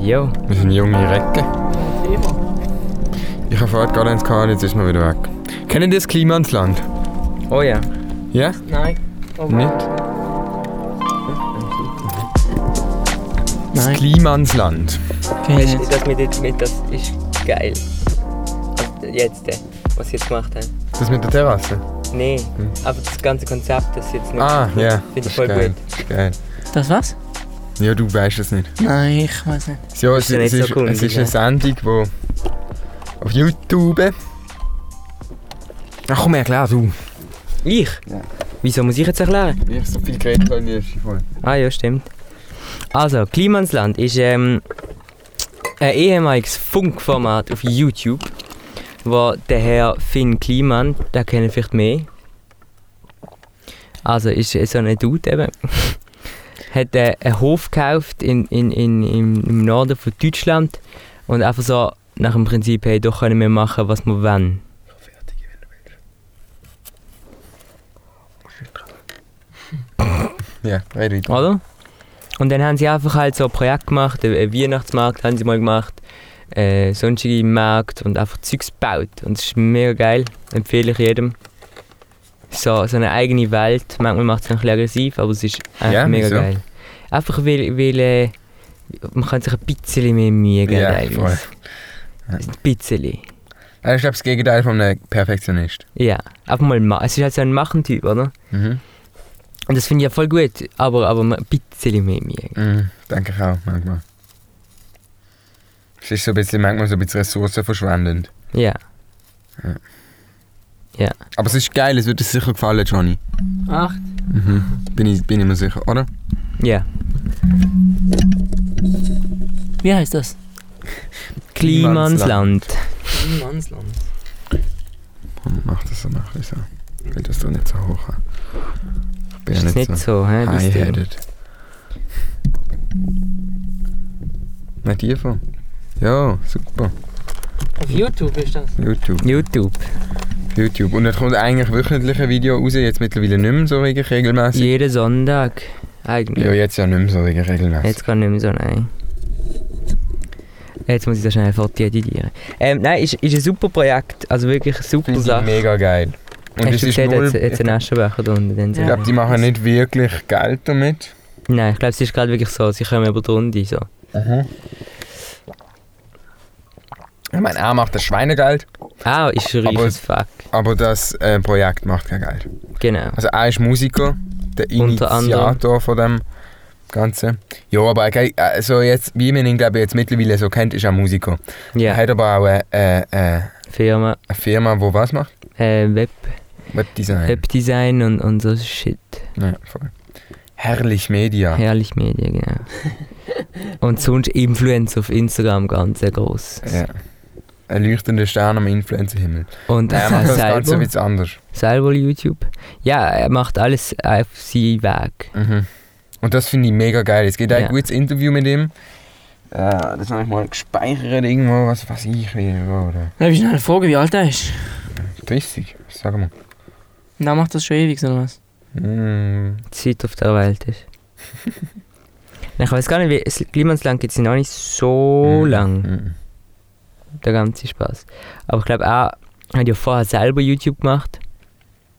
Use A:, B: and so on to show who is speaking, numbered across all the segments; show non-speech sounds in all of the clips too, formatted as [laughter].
A: Jo.
B: Wir sind junge Recken. Ich habe vorher gerade eins gehabt, und jetzt ist man wieder weg. Kennt ihr das Klima ins Land?
A: Oh ja.
B: Ja?
A: Nein. Oh
B: Nicht? Das
C: Nein,
B: Klima ins Land.
C: kenn ich
A: Das,
C: nicht.
A: das mit, dem- mit das ist geil. Also Jetzt, äh, was sie jetzt gemacht haben.
B: Das mit der Terrasse?
A: Nee, aber das ganze Konzept, das sie jetzt nicht.
B: Ah, ja.
A: Finde
B: Das
A: ich
B: ist
A: voll
B: geil.
A: gut.
B: Das ist geil.
C: Das was?
B: Ja, du weißt es nicht.
C: Nein, ich weiß nicht.
B: Ja, es,
A: ja
B: es,
A: nicht
B: ist,
A: so cool,
B: es ist
A: ja.
B: eine Sendung, die auf YouTube. Ach komm, erklär du.
A: Ich?
B: Ja.
A: Wieso muss ich jetzt erklären?
B: Ich habe so viel geredet in der ersten Folge.
A: Ah ja, stimmt. Also, Klimansland ist ähm, ein ehemaliges Funkformat auf YouTube, wo der Herr Finn Kliman, der kennt vielleicht mehr. Also ist so ein Dude eben. [laughs] hat äh, einen Hof gekauft in, in, in, im, im Norden von Deutschland und einfach so nach dem Prinzip, hey, doch können wir machen, was wir wollen.
B: Ja, red weiter.
A: Oder? Und dann haben sie einfach halt so ein Projekt gemacht, äh, einen Weihnachtsmarkt haben sie mal gemacht, äh, sonstige Markt und einfach Zeugs gebaut. Und es ist mega geil, empfehle ich jedem. So, so eine eigene Welt, manchmal macht es ein bisschen aggressiv, aber es ist einfach
B: Ja,
A: mega
B: wieso?
A: geil. Einfach weil, weil äh, man kann sich ein bisschen mehr Mühe geben.
B: Ja,
A: teilweise.
B: voll.
A: Ein bisschen.
B: Das ist, glaube ich, das Gegenteil von einem Perfektionist.
A: Ja, einfach mal ma Es ist halt so ein Machentyp, oder?
B: Mhm.
A: Und das finde ich ja voll gut, aber, aber ein bisschen mehr Mühe. geben.
B: Mhm. Denke ich auch manchmal. Es ist so ein bisschen, manchmal so ein bisschen ressourcenverschwendend.
A: Ja.
B: Aber es ist geil, es wird dir sicher gefallen, Johnny.
C: Ach,
B: Mhm. Bin, ich, bin ich mir sicher, oder?
A: Ja.
C: wie heißt das?
A: Klimansland.
C: Mannsland.
B: Und mach das so, mach das so. Ich will das doch nicht so hoch haben. Ich bin
A: Ist
B: ja
A: das
B: nicht,
A: nicht
B: so
A: so, hä? das Ding.
B: high-headed. Na, tiefer. Ja, super.
C: Auf YouTube ist das.
B: YouTube.
A: YouTube.
B: YouTube. Und dann kommt eigentlich wöchentlich ein Video raus, jetzt mittlerweile nicht mehr so richtig regelmäßig.
A: Jeden Sonntag. Eigentlich.
B: Also- Ja, jetzt ja nicht mehr so richtig regelmäßig.
A: Jetzt kann ich nicht mehr so, nein. Jetzt muss ich das schnell fertig editieren. Ähm, nein, ist, ist ein super Projekt. Also wirklich eine super
B: Finde ich
A: Sache.
B: mega geil. Und
A: Hast
B: es
A: du
B: ist
A: gesehen,
B: null...
A: jetzt, jetzt einen Aschenbecher da unten. dann so.
B: ich glaube, die machen nicht wirklich Geld damit.
A: Nein, ich glaube, es ist gerade wirklich so. Sie kommen über die Runde. So.
B: Ich meine, er macht das Schweinegeld,
A: Ah, ist reich
B: Aber-
A: as fuck.
B: aber das äh, Projekt macht kein Geld.
A: Genau.
B: Also er ist Musiker, der
A: Unter
B: Initiator von dem Ganzen. Ja, aber er geht- also jetzt, wie man ihn glaube ich jetzt mittlerweile so kennt, ist er Musiker.
A: Ja.
B: Er hat aber auch eine, äh, äh,
A: Firma,
B: eine Firma, die was macht?
A: äh, Web,
B: Webdesign.
A: Webdesign und, und so Shit.
B: Ja, voll. Herrlich Media.
A: Herrlich
B: [laughs]
A: Medien, genau. und sonst Influencer auf Instagram ganz sehr groß.
B: Ja. Ein leuchtender Stern am Influencer-Himmel.
A: Und
B: Er macht das Ganze ein
A: selber,
B: bisschen anders.
A: selber YouTube. Ja, er macht alles auf seinen Weg.
B: Mhm. Und das finde ich mega geil. Es geht auch
A: Ja.
B: ein gutes Interview mit ihm. Äh, das habe ich mal gespeichert irgendwo, was weiß ich. Oder
C: Darf ich noch eine Frage, halt wie alt er ist?
B: 30, sag mal.
C: Und er macht das schon ewig, oder was?
B: Mm.
A: Die Zeit auf der
B: [laughs]
A: Welt ist. ich weiß gar nicht, wie. es- Klimansland gibt es noch nicht so lang,
B: Mhm.
A: der ganze Spaß. Aber ich glaube, er hat ja vorher selber YouTube gemacht.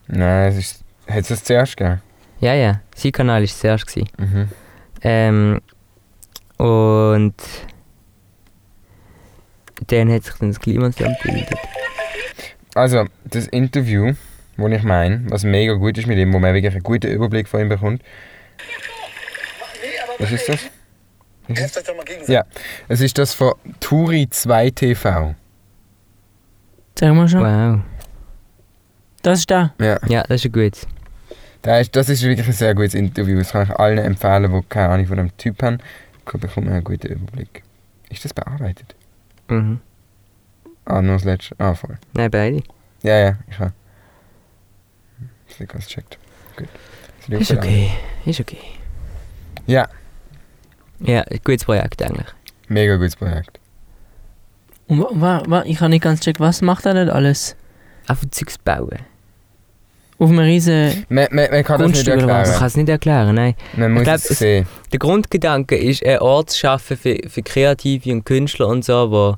B: Nein, es ist. Hätte es das zuerst gegeben?
A: Ja, ja, sein Kanal war zuerst. Gewesen.
B: Mhm.
A: Ähm, und dann hat sich dann das Klimansland gebildet.
B: Also, das Interview, wo ich meine, was mega gut ist mit ihm, wo man wirklich einen guten Überblick von ihm bekommt. Was ist das?
D: Helft euch doch mal gegenseitig.
B: Ja, es ist das von Turi2TV.
C: Sag mal schon.
A: Wow.
C: Das ist der.
B: Ja.
A: Ja, das ist gut.
B: Das ist, das ist wirklich ein sehr gutes Interview. Das kann ich allen empfehlen, die keine Ahnung von dem Typ haben. Da bekommt man einen guten Überblick. Ist das bearbeitet?
A: Mhm.
B: Ah, nur das letzte. Ah, voll.
A: Nein, beide.
B: Ja, ja, ich habe. Ich habe es gecheckt. Gut. Das liegt
A: Ist
B: mir
A: okay. Ist okay.
B: an. Ja,
A: Ja, ein gutes Projekt eigentlich.
B: mega gutes Projekt.
C: Und wa, wa, wa, ich habe nicht ganz checkt, was macht er denn alles?
A: Einfach Zeugs bauen.
C: auf einem riesen.
B: Man, man, man kann das nicht
C: Grundstück oder was?
A: Man
B: erklären.
A: kann es nicht erklären, nein.
B: Man muss
A: glaub,
B: es
A: es-
B: sehen.
A: Der Grundgedanke ist, einen Ort zu schaffen für, für Kreative und Künstler und so, wo,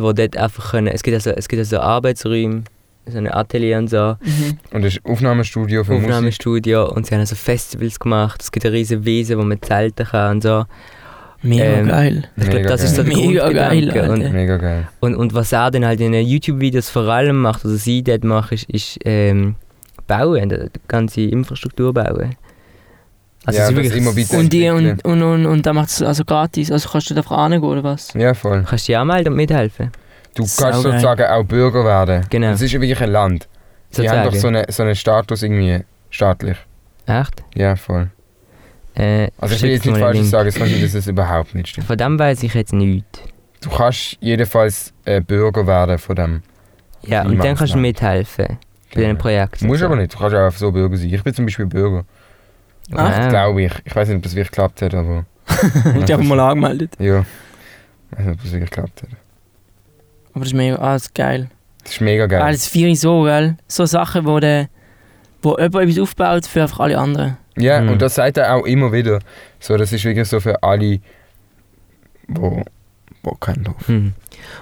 A: wo dort einfach können... Es gibt also, es gibt also Arbeitsräume, so ein Atelier und so,
C: Mhm.
B: Und das ist Aufnahmestudio für Musik.
A: Aufnahmestudio und sie haben also Festivals gemacht. Es gibt eine riesen Wiese, wo man zelten kann und so.
C: Mega
A: Ähm,
C: geil.
A: Ich glaube,
B: Mega
A: das ist so der
C: Mega geil,
A: Grundgedanke. und,
C: Alter.
B: Mega geil.
A: und, und was er dann halt in den YouTube-Videos vor allem macht, oder sie dort macht, ist, ist ähm, bauen, die ganze Infrastruktur bauen. Also
B: Ja,
A: es ist
B: das
A: wirklich
B: immer weiter-
C: Und die
B: entwickeln.
C: und, und, und, und dann macht es also gratis. Also kannst du da einfach angehen oder [laughs] was?
B: Ja, voll.
A: Kannst du dich anmelden und mithelfen?
B: Du
C: Sau
B: kannst
C: geil.
B: sozusagen auch Bürger werden.
A: Genau.
B: Das ist wirklich ein Land. Die haben doch so einen so einen Status irgendwie. Staatlich.
A: Echt?
B: Ja, voll.
A: Äh,
B: Also ich will jetzt nicht
A: schick's mir den
B: falsch
A: Link.
B: sagen, es kann sein, dass es überhaupt nicht stimmt.
A: Von dem weiß ich jetzt nichts.
B: Du kannst jedenfalls äh, Bürger werden von dem.
A: Ja, und dann kannst du mithelfen bei diesem Projekt.
B: Du musst aber nicht, du kannst auch so Bürger sein. Ich bin zum Beispiel Bürger,
A: Ach,
B: glaube ich. Ich weiß nicht, ob das wirklich geklappt hat, aber
C: Ich habe mal angemeldet.
B: ja. Ich weiß nicht, ob das wirklich geklappt hat.
C: Aber das ist mega. Ah, das ist geil.
B: Das ist mega geil.
C: Ah,
A: Also
C: das finde ich so geil. So Sachen, wo, der, wo jemand etwas aufbaut für einfach alle anderen.
B: Ja,
A: Mhm.
B: und das sagt er auch immer wieder. So, das ist wirklich so für alle, wo, wo keinen drauf.
A: Hm.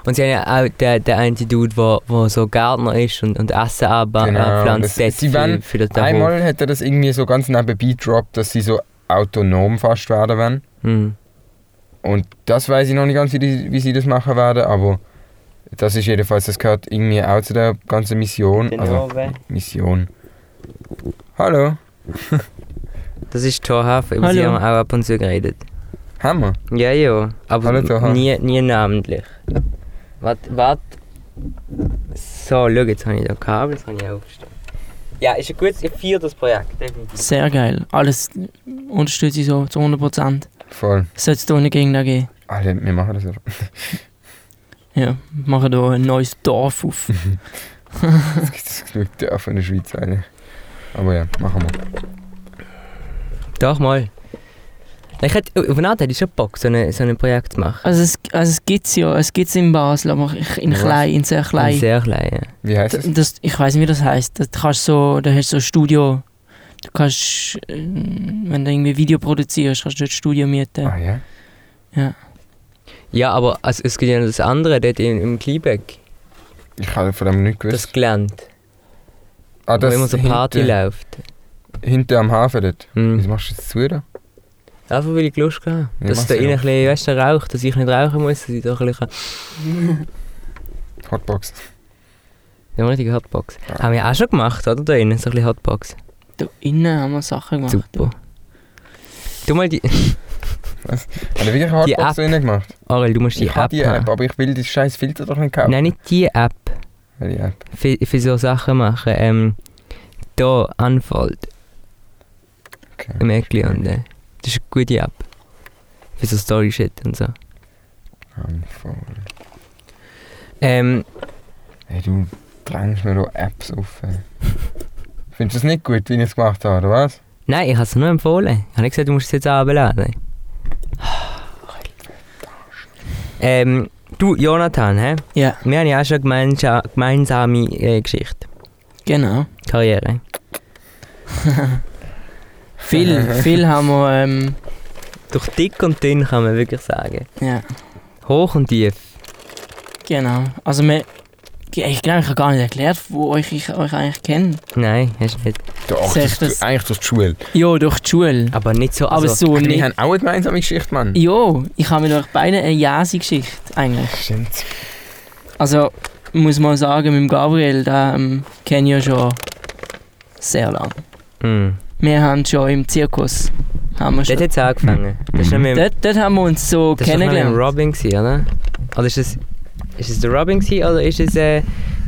A: Und sie haben ja auch den, den einen Dude, der wo, wo so Gärtner ist und, und Essen anba-
B: Genau,
A: anpflanzt.
B: das-
A: dort
B: sie wollen
A: für, für den Hof.
B: Einmal hat er das irgendwie so ganz nebenbei gedroppt, dass sie so autonom fast werden werden.
A: Hm.
B: Und das weiß ich noch nicht ganz, wie, die, wie sie das machen werden, aber das ist jedenfalls, das gehört irgendwie auch zu der ganzen Mission. Also, Mission. Hallo,
A: Das ist Torhaf, über sie
C: Hallo.
A: haben wir auch ab und zu geredet.
B: haben wir?
A: Ja, ja,
B: Hallo, Torhaf.
A: aber nie, nie namentlich. Warte, warte. So, schau, jetzt habe ich da Kabel, jetzt habe ich aufgestellt. Ja, ist ein gutes, ich feiere das Projekt, definitiv.
C: Sehr geil. Alles unterstütze ich so zu 100%.
B: Voll.
C: Sollte es da nicht gegen da gehen.
B: Alter, wir machen [laughs] das einfach.
C: Ja, machen da ein neues Dorf auf.
B: Es gibt genug Dörfer in der Schweiz eigentlich. Aber ja, machen wir.
A: Doch mal. Ich hätte, auf eine Art hätte ich schon Bock, so, eine, so ein Projekt zu machen.
C: Also es, also es gibt es ja, es gibt es in Basel, aber ich- in
B: Was?
C: klein, in sehr klein.
A: Sehr klein, ja.
B: Wie heißt es?
C: D- das, ich weiß nicht, wie das heißt. Da kannst so, da hast du so ein Studio. Du kannst, äh, wenn du irgendwie Video produzierst, kannst du dort ein Studio mieten.
B: Ah ja?
A: Ja, aber also, es gibt ja noch das andere dort im, im Kleebeck.
B: Ich habe von dem nicht gewusst.
A: Das Gelände,
B: ah,
A: wo immer so Party
B: hinten,
A: läuft.
B: hinten am Hafen dort.
A: Mhm.
B: Was machst du jetzt zu da?
A: Einfach weil ich Lust hatte.
B: Ja,
A: Dass
B: mach's
A: da
B: ja.
A: innen ein bisschen, weißt du, Rauch, dass ich nicht rauchen muss, dass ich da ein bisschen...
B: Hotbox.
A: Ja, richtig Hotbox.
B: Ja.
A: Haben wir auch schon gemacht, oder? Da innen, so ein bisschen Hotbox.
C: Da innen haben wir Sachen gemacht.
A: Super. Du mal die... [laughs]
B: Haben wir wirklich Hotbox
A: App.
B: drinnen gemacht?
A: Aurel, du musst die
B: ich habe
A: App
B: die
A: haben.
B: App, aber ich will die scheiß Filter doch nicht kaufen.
A: Nein, nicht die App.
B: Welche App?
A: Für, für so Sachen machen. Ähm, da, Unfold,
B: Okay.
A: im Eckli und äh, Das ist eine gute App. Für so Story-Shit und so.
B: Unfold.
A: Ähm,
B: Hey, du drängst mir da Apps auf. Ey. [laughs] Findest du das nicht gut, wie ich es gemacht habe, oder was?
A: nein, ich habe es nur empfohlen. Ich habe nicht gesagt, du musst es jetzt abladen. Ähm, du, Jonathan, hä?
C: Ja,
A: Wir haben ja auch schon gemeinsa gemeinsame äh, Geschichte,
C: genau.
A: Karriere.
C: Viel, viel haben wir, ähm,
A: Durch dick und dünn kann man wirklich sagen.
C: ja,
A: Hoch und tief.
C: genau. Also wir, ich glaube, ich habe gar nicht erklärt, wo euch, ich euch eigentlich kenne.
A: Nein, hast du nicht.
B: Doch,
C: Sag das-
B: eigentlich durch die Schule.
C: Ja, durch die Schule.
A: Aber nicht so.
C: Aber
A: Also,
C: so
B: Wir
C: nicht.
B: haben auch eine gemeinsame Geschichte, Mann.
C: Ja, ich habe mit euch beiden eine Jasi-Geschichte eigentlich.
B: Stimmt.
C: Also, muss man sagen, mit dem Gabriel, den ähm, kenne ich ja schon sehr lange.
A: mh.
C: Wir haben schon im Zirkus. Haben wir schon.
A: mm. Dort hat es angefangen. Das ist noch mit, dem-
C: Dort, dort haben wir uns so
A: das ist noch mit dem
C: kennengelernt.
A: Robin, gewesen, oder? Oder ist es. Ist es der Robin gewesen, oder ist es. Äh,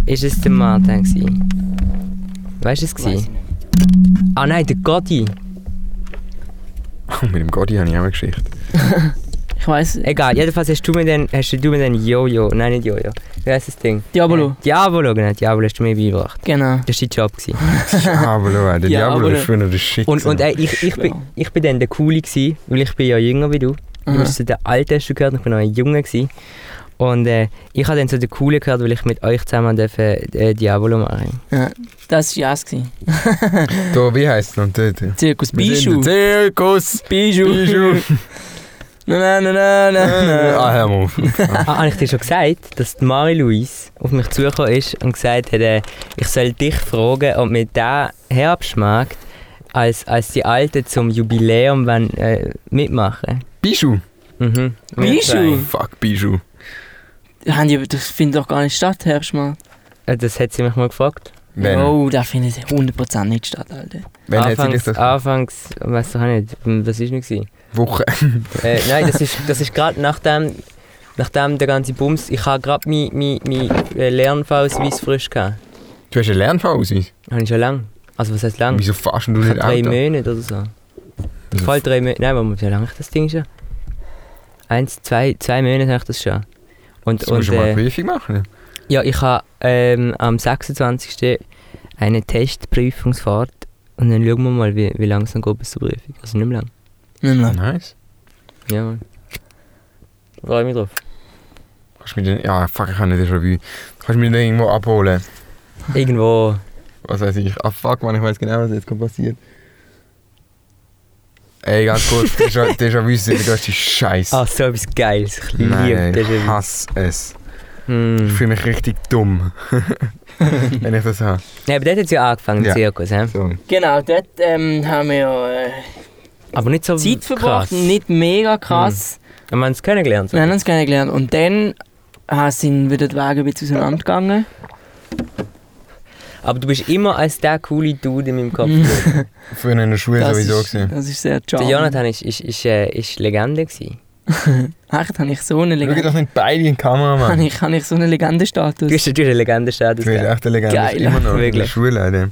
A: ist es der Martin? Gewesen? Weißt du es?
C: Weiss ich
A: Gewesen? Ah nein, der Gotti.
B: Oh, Mit dem Gotti habe ich auch eine
A: [laughs]
B: Geschichte.
C: Ich weiß,
A: Egal, jedenfalls hast du mir den. Hast du mir den Jojo. Nein, nicht Jojo. Wie heißt das Ding?
C: Diabolo.
A: Äh, Diabolo, genau. Diabolo hast du mir beigebracht.
C: Genau.
A: Das war dein Job. Gewesen.
B: Diabolo, Alter.
C: Ja,
B: Diabolo
C: aber-
B: ist früher der Shit.
A: Und, und äh, ich, ich, bin,
C: Schwer.
A: ich bin dann der Coole, gewesen, weil ich bin ja jünger wie du. Du
C: Aha.
A: bist so der Alte, hast du gehört, und ich bin noch ein Junge. Gewesen. Und äh, ich habe dann so den coolen gehört, weil ich mit euch zusammen dürfen, äh, Diabolo machen
C: Das war es. gewesen.
B: Da, wie heisst es noch? Da, da.
C: Zirkus
B: Wir sind
C: Bijou.
B: der Zirkus!
C: Bijou.
B: Bijou.
C: Na, na, na, na,
B: [laughs] ah,
C: na, na.
B: hör mal auf.
A: ah, habe ich dir schon gesagt, dass die Marie-Louise auf mich zugekommen ist und gesagt hat, äh, ich soll dich fragen, ob mir der Herbstmarkt als, als die Alte zum Jubiläum wollen, äh, mitmachen
B: Bijou?
A: mhm.
C: Bijou?
A: Mitmachen.
B: Fuck, Bijou.
C: Haben die- Das findet doch gar nicht statt, Herbstmann.
A: Äh, Das hat sie mich mal gefragt.
B: Wenn,
C: Oh, das findet 100% nicht statt, Alter.
B: wenn hätte ich
A: anfangs,
B: das
A: anfangs, weiss doch auch nicht, das war nicht. Gewesen.
B: Woche.
A: Äh, nein, das ist, das ist gerade nachdem, nachdem der ganze Bums. Ich habe gerade meinen mein, mein äh, Lernfallsweis frisch gehabt.
B: Du hast einen Lernfallsweis?
A: Habe ich schon lange. Also, was heißt lang?
B: Wieso fährst du
A: Ich hab
B: nicht
A: drei
B: Auto?
A: Monate oder so.
B: Also-
A: Voll drei Monate. Nein, warte mal, wie lange ich das Ding schon? Eins, zwei, zwei Monate habe ich das schon. Und,
B: Das musst
A: und
B: du mal eine
A: äh,
B: Prüfung machen.
A: ja, ich habe ähm, am 26. eine Testprüfungsfahrt und dann schauen wir mal, wie, wie lange es noch geht bis zur Prüfung. Also nicht mehr lang.
C: Nicht mehr.
B: Nice.
A: Ja, Mann.
B: [laughs]
A: Freue mich drauf.
B: Kannst du mir den... Ja, fuck, ich kann nicht das Revue. Kannst du mir den irgendwo abholen?
A: Irgendwo.
B: Was weiß ich? Ah, fuck, Mann, ich weiß genau, was jetzt gerade passiert. Ey, ganz
A: [laughs]
B: kurz, Déjà-vu ist der größte Scheiß.
A: Ah, so etwas Geiles. Ich liebe
B: Nein, ich
A: Déjà-vu.
B: hasse es.
A: Hm.
B: Ich fühle mich richtig dumm, [laughs] wenn ich das habe.
A: Ja, aber dort hat es ja angefangen,
B: Ja.
A: der Zirkus. hä?
B: So.
C: Genau, dort ähm, haben wir ja äh,
A: Aber nicht so
C: Zeit verbracht,
A: krass. Hm,
C: nicht mega krass.
A: Wir haben es kennengelernt.
C: Wir haben uns kennengelernt. Und dann äh, sind wieder die Wege ein
A: [laughs]
C: bisschen auseinandergegangen.
A: Aber du bist immer als der coole Dude in meinem Kopf.
C: Mhm.
A: gewesen.
B: Früher in der Schule sowieso
C: ist,
B: gesehen.
C: das ist sehr
A: der
C: charmant.
A: Jonathan ist, ist, ist, äh, ist Legende. Gewesen.
C: Echt, habe ich so eine
B: Schau
C: Legende.
B: doch nicht beide in die Kamera, Mann.
C: [laughs] Habe ich, habe ich so einen Legendenstatus.
A: Du hast natürlich einen Legendenstatus.
B: Du bist
A: gehabt.
B: echt eine Legende.
C: Geil,
B: immer noch in der
A: wirklich.
B: Schule,
A: [laughs]
B: Alter.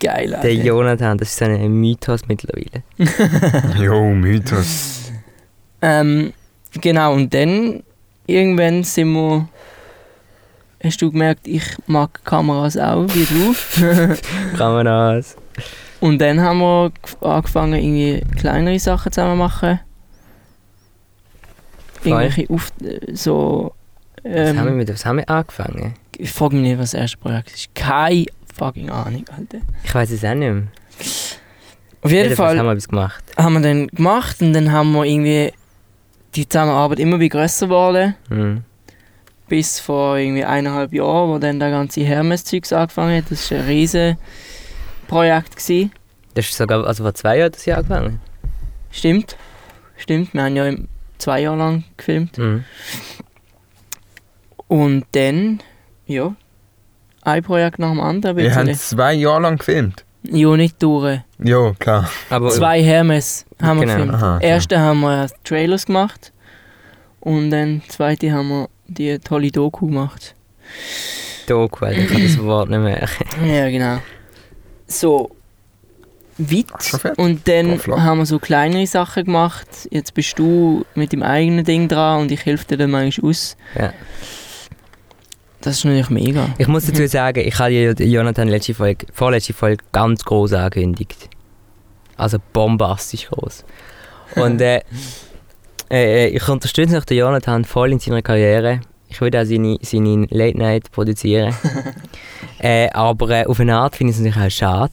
C: Geil,
A: Der
C: Alter.
A: Jonathan, das ist so ein Mythos mittlerweile.
B: Jo, Mythos.
C: [laughs] Ähm, genau, und dann irgendwann sind wir. Hast du gemerkt, ich mag Kameras auch, wie
A: [laughs]
C: du.
A: Kameras.
C: Und dann haben wir gef- angefangen, irgendwie kleinere Sachen zusammen zu machen.
A: Voll.
C: Irgendwelche auf äh, so.
A: Was, haben wir
C: Ähm,
A: mit, was haben wir angefangen?
C: ich frage mich nicht, was das erste Projekt ist. Keine fucking Ahnung, Alter.
A: Ich weiß es auch nicht mehr.
C: Auf jeden Fall
A: haben wir etwas gemacht.
C: haben wir dann gemacht und dann haben wir irgendwie die Zusammenarbeit immer wie grösser geworden.
A: Hm.
C: Bis vor irgendwie eineinhalb Jahren, wo dann der ganze Hermes-Zeugs angefangen hat. Das war ein riesen Projekt. Gewesen.
A: Das ist sogar, also vor zwei Jahren hat das Jahr angefangen.
C: Stimmt. Stimmt, wir haben ja im- zwei Jahre lang gefilmt.
A: Hm.
C: Und dann, ja, ein Projekt nach dem anderen.
B: Wir haben
C: bisschen.
B: zwei Jahre lang gefilmt.
C: Ja, nicht durch.
B: Jo, klar.
A: Aber
C: Zwei Hermes haben
A: Oh,
C: wir
A: Genau.
C: gefilmt.
B: Aha, klar.
C: Erste haben wir Trailers gemacht und dann zweite haben wir die tolle Doku gemacht.
A: Doku, Alter, ich kann das Wort nicht mehr.
C: Ja, genau. So
B: Schon
C: weit
B: fertig?
C: und dann
B: Boah, flott.
C: haben wir so kleinere Sachen gemacht. Jetzt bist du mit dem eigenen Ding dran und ich helfe dir dann manchmal aus.
A: Ja.
C: Das ist natürlich mega.
A: Ich muss dazu sagen, ich habe ja Jonathan letzte Folge, vorletzte Folge ganz groß angekündigt. Also bombastisch groß. Und äh, äh, ich unterstütze noch den Jonathan voll in seiner Karriere. Ich würde auch seine, seine Late Night produzieren. äh, aber äh, auf eine Art finde ich es natürlich auch schade.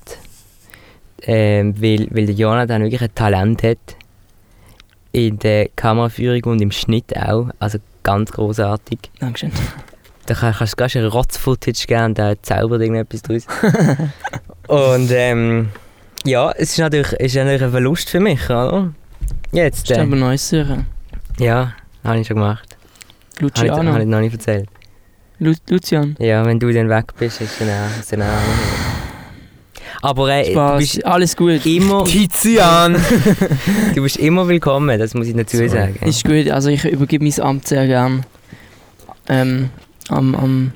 A: Ähm, weil, weil der Jonathan wirklich ein Talent hat. In der Kameraführung und im Schnitt auch. Also ganz großartig.
C: Dankeschön.
A: Da kann, kannst du gleich ein Rotz-Footage geben und dann zaubert irgendetwas draus. [laughs] und ähm, ja, es ist natürlich, ist natürlich ein Verlust für mich, oder? Jetzt,
C: Ich
A: äh,
C: habe neues suchen.
A: ja, habe ich schon gemacht. Habe ich,
C: Luciano.
A: hab ich noch nicht erzählt.
C: Lu Lucian.
A: Ja, wenn du dann weg bist, ist dann auch, ist dann auch Aber äh, du,
C: Spaß.
A: bist
C: Alles gut.
B: [laughs]
A: immer, [laughs]
B: Tizian!
A: du bist immer willkommen, das muss ich dazu
B: Sorry.
A: sagen.
C: Ist gut. Also ich übergebe mein Amt sehr gern ähm, am, am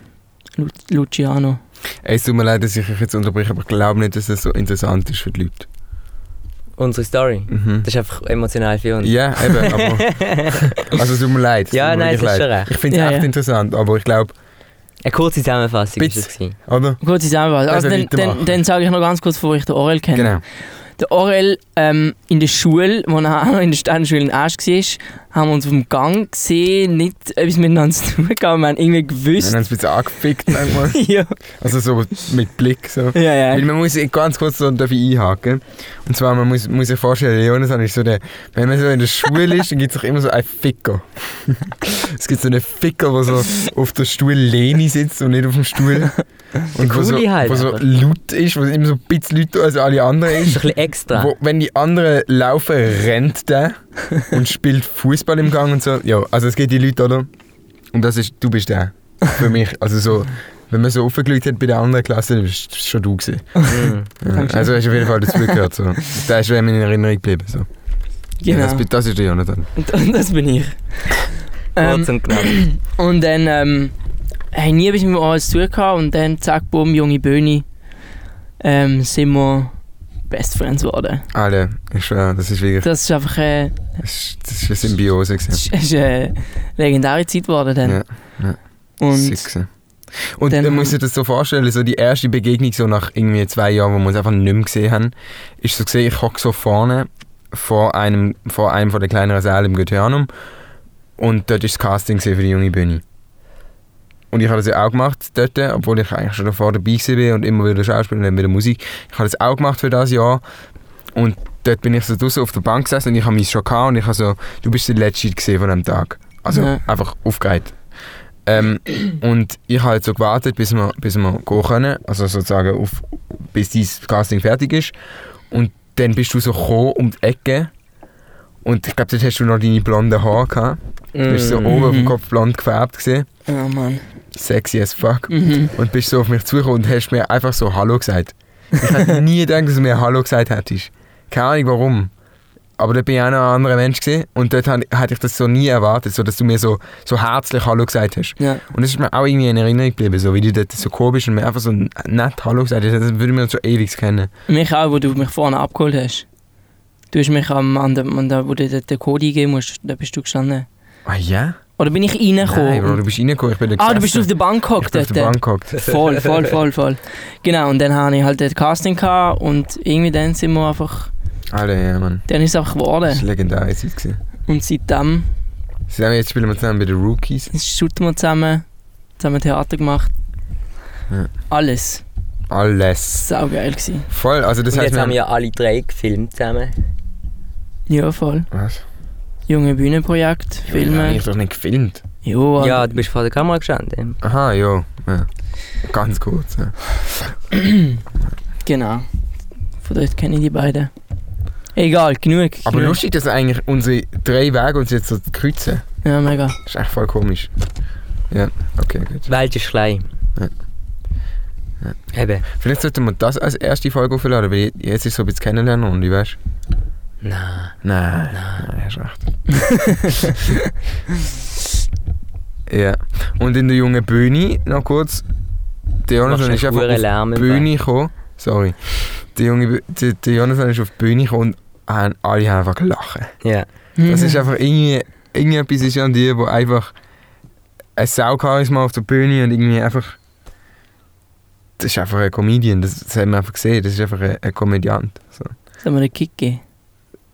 C: Lu Luciano.
B: Ey, es tut mir leid, dass ich euch jetzt unterbreche, aber ich glaube nicht, dass das so interessant ist für die Leute.
A: Unsere Story.
B: Mhm.
A: Das ist einfach emotional für uns.
B: Ja, eben, aber.
A: [laughs]
B: Also, es tut mir leid. es
A: Ja,
B: tut mir
A: nein,
B: wirklich
A: es ist schon
B: leid.
A: recht.
B: Ich finde es
C: Ja,
B: echt
C: ja.
B: interessant, aber ich glaube,
A: Eine kurze Zusammenfassung
B: Bitte.
A: ist es. gewesen.
B: oder?
C: Kurze Zusammenfassung. Also
B: Also
C: dann, dann,
B: weitermachen.
C: dann sage ich noch ganz kurz, wo ich den Orel kenne.
B: Genau.
C: [laughs] Der Orel ähm, in der Schule, wo er auch noch in der Sternenschule in Asch war, haben wir uns auf dem Gang gesehen, nicht etwas miteinander [laughs] zu tun gehabt, wir haben irgendwie
B: Wir haben uns
C: gewusst.
B: ein bisschen angefickt
A: [laughs]
B: manchmal.
C: [laughs] ja,
B: Also so mit Blick so.
C: ja,
A: Äh,
C: ja.
B: Weil man muss eh ganz kurz so darf ich einhaken. Und zwar, man muss, muss sich vorstellen, Jonathan ist so der, wenn man so in der Schule ist, dann gibt es doch immer so einen
A: [laughs]
B: Ficker. es gibt so einen Ficker, der so auf der Stuhllehne sitzt und nicht auf dem Stuhl. Und wo so,
A: Gulli halt
B: wo so
A: einfach.
B: laut ist, wo immer so ein bisschen lauter als alle anderen
A: Ist [laughs]
B: ist.
A: ein bisschen extra.
B: Wo, wenn die anderen laufen, rennt der und spielt Fußball im Gang und so. Ja, also es gibt die Leute, oder? Und das ist, du bist der. Für mich. Also so, wenn man so aufgelegt hat bei der anderen Klasse, dann bist du schon du gewesen. [laughs]
A: Mhm.
B: Ja,
C: Dankeschön.
B: also hast du auf jeden Fall dazu gehört.
C: [laughs]
B: So. Der ist mir in Erinnerung geblieben. So. Ja,
C: Genau.
B: das, das ist der Jonathan.
C: Und, und das bin ich. ähm,
A: Kurz und knapp.
C: und dann ähm, hey, nie habe ich mir alles zugehört und dann zack, bumm, junge Böhni, ähm, sind wir Best Friends geworden.
B: Alle, ich schwöre, das ist wirklich
C: Das ist einfach äh,
B: das ist, das ist eine Symbiose.
C: das
B: Gewesen.
C: ist, das ist eine legendäre Zeit geworden dann.
B: Ja,
C: und
B: Sick gewesen. Und
C: dann
B: dann muss
C: haben-
B: ich das so vorstellen, so die erste Begegnung so nach irgendwie zwei Jahren, wo wir uns einfach nicht mehr gesehen haben, ist so gesehen, ich hocke so vorne vor einem, vor einem von der kleineren Säle im Göternum und dort ist das Casting gewesen für die junge Bühne. Und ich habe das ja auch gemacht dort, obwohl ich eigentlich schon davor dabei gewesen bin und immer wieder Schauspiel und dann wieder Musik. Ich habe das auch gemacht für das Jahr und dort bin ich so draußen auf der Bank gesessen und ich habe mich schon gehabt und ich habe so, du bist der Letzte gewesen von dem Tag. Also
C: Ja.
B: einfach aufgeregt. Ähm, und ich habe jetzt so gewartet, bis wir, bis wir gehen können, also sozusagen auf, bis dieses Casting fertig ist. Und dann bist du so gekommen um die Ecke und ich glaube, dort hast du noch deine blonden Haare gehabt. Du bist so
A: Mhm.
B: oben auf dem
C: Mhm.
B: Kopf blond gefärbt gesehen.
C: oh Mann.
B: Sexy as fuck.
C: Mhm.
B: Und bist so auf mich zugekommen und hast mir einfach so Hallo gesagt. Ich
C: [laughs]
B: hätte nie gedacht, dass du mir Hallo gesagt hättest. Keine Ahnung warum. Aber da bin ich auch noch ein anderer Mensch gewesen. und dort han- hätte ich das so nie erwartet, so dass du mir so, so herzlich Hallo gesagt hast.
C: Ja.
B: Und das ist mir auch irgendwie in Erinnerung geblieben, so wie du dort so komisch und mir einfach so nett Hallo gesagt hast. Das würde mir schon ewig kennen.
C: Mich auch, wo du mich vorne abgeholt hast. Du hast mich am, an dem, an dem, wo du den den Code eingeben musst, da bist du gestanden.
B: Ah ja?
C: Oder bin ich reingekommen?
B: Nein, Bro, du bist reingekommen, ich bin da
C: ah, du bist auf
B: gesessen.
C: der Bank
B: Ich
C: gehockt
B: bin auf der
C: dort.
B: Bank gehockt. [laughs]
C: Voll, voll, voll, voll. Genau, und dann hatte ich halt das Casting gehabt und irgendwie dann sind wir einfach,
B: Alter, ja, Mann.
C: dann ist es einfach
B: Das
C: geworden.
B: war eine legendäre Zeit. gewesen.
C: Und seitdem
B: Zusammen, jetzt spielen wir zusammen bei den Rookies.
C: shooten wir zusammen, zusammen Theater gemacht.
B: Ja.
C: Alles.
B: Alles.
C: Saugeil gewesen.
B: Voll, also das
A: Und
B: heißt,
A: jetzt haben wir
B: wir
A: ja alle drei gefilmt zusammen.
C: Ja, voll.
B: Was?
C: Junge Bühnenprojekt,
B: Ja,
C: Filme.
B: Ich doch nicht gefilmt.
C: Jo,
A: Ja, du bist vor der Kamera gestanden.
B: Aha, jo. Ja. Ganz kurz. Ja.
C: genau. Von dort kenne ich die beiden. Egal, genug.
B: Aber
C: genug.
B: lustig, dass eigentlich unsere drei Wege uns jetzt so kreuzen.
C: Ja,
B: [laughs]
C: mega.
B: Das ist echt voll komisch. Ja, okay, gut.
A: Die Welt ist klein.
B: Ja.
A: Eben.
B: Vielleicht sollten wir das als erste Folge aufladen, weil jetzt ist so ein bisschen kennenlernen und ich weiß.
A: Nein.
B: Nein, nein, hast recht. ja. Und in der jungen Bühne, noch kurz. Der Jonathan
A: Machst
B: ist
A: du
B: einfach
A: einen
B: auf
A: Lärm
B: die
A: im
B: Bühne gekommen. Sorry. Der, junge, Bü- der, der Jonathan ist auf die Bühne gekommen und haben, alle haben einfach gelacht.
A: Ja.
B: Das
C: Mhm.
B: ist einfach irgendwie, irgendetwas ist an dir, wo einfach ein Saucharisma auf der Bühne und irgendwie einfach. Das ist einfach ein Comedian, dus das, das haben wir einfach gesehen. Das ist einfach ein, ein Komödiant. So.
C: Sollen wir einen Kick geben?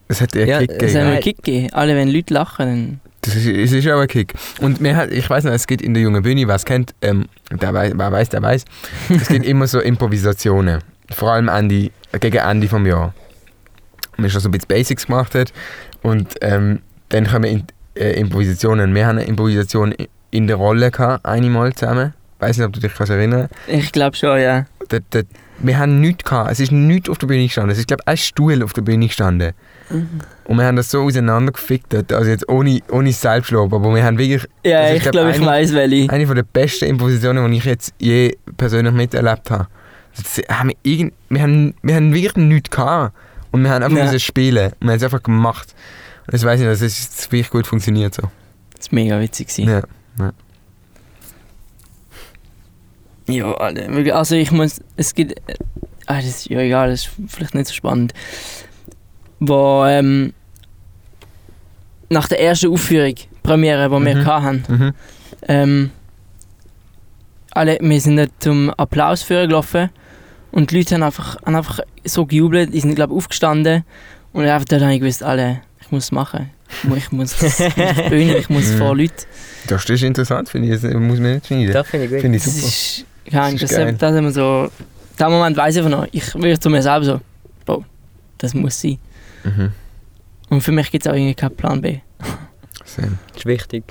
B: Das hat einen
A: Ja,
B: Kick
A: das
C: Sollen
B: gegeben.
A: Geil.
C: wir einen Kick geben? Alle, wenn Leute lachen, dann...
B: Das ist, es ist auch ein Kick. Und mir hat, ich weiß noch, es gibt in der jungen Bühne, wer es kennt, ähm, der weiß, wer weiß, der weiß, es gibt immer so Improvisationen. Vor allem Ende, gegen Ende vom Jahr. Und man schon so ein bisschen Basics gemacht hat und ähm, dann kommen in, äh, Improvisationen. Wir haben eine Improvisation i- in der Rolle gehabt, einmal zusammen. Weiß nicht, ob du dich kannst erinnern
C: Ich glaube schon, ja.
B: da, da, wir haben nichts gehabt. Es ist nichts auf der Bühne gestanden. Es ist, glaube ich, ein Stuhl auf der Bühne gestanden.
C: Mhm.
B: Und wir haben das so auseinandergefickt. dort. Also jetzt ohne, ohne Selbstlob, aber wir haben wirklich
C: Ja,
B: Also ich
C: ich
B: glaub,
C: glaube, ich
B: eine-
C: weiß welche.
B: eine von der besten Impositionen, die ich jetzt je persönlich miterlebt habe. Das haben wir, irgend, wir, haben, wir haben wirklich nichts gehabt. Und wir haben einfach
C: Nein.
B: müssen spielen. Und wir haben es einfach gemacht. Und ich weiß nicht, das ist das hat wirklich gut funktioniert so.
C: Das war mega witzig. gewesen.
B: Ja.
C: Ja, Alter, wirklich, also ich muss, es gibt, äh, ah, das ist ja egal, das ist vielleicht nicht so spannend, wo, ähm, nach der ersten Aufführung, Premiere, die wir
B: Mhm.
C: hatten,
B: Mhm.
C: ähm, alle, wir sind nicht zum Applaus führen gelaufen und die Leute haben einfach, haben einfach so gejubelt, die sind, glaube ich, aufgestanden und einfach dort habe ich gewusst, alle, ich muss es machen, Ich [laughs] muss ich muss auf die Bühne, ich muss
B: Mhm.
C: vor Leute.
B: Das ist interessant, finde ich. Das muss man nicht schneiden.
A: Das finde ich gut.
B: Finde ich
C: Das
B: super.
C: ist, ja,
B: Das
C: das,
B: ist
C: das,
B: geil.
C: das immer so. Der Moment weiß ich einfach noch. Ich würde zu mir selber so, boah, das muss sein.
B: Mhm.
C: Und für mich gibt es auch irgendwie keinen Plan B.
B: Same.
A: Das ist wichtig.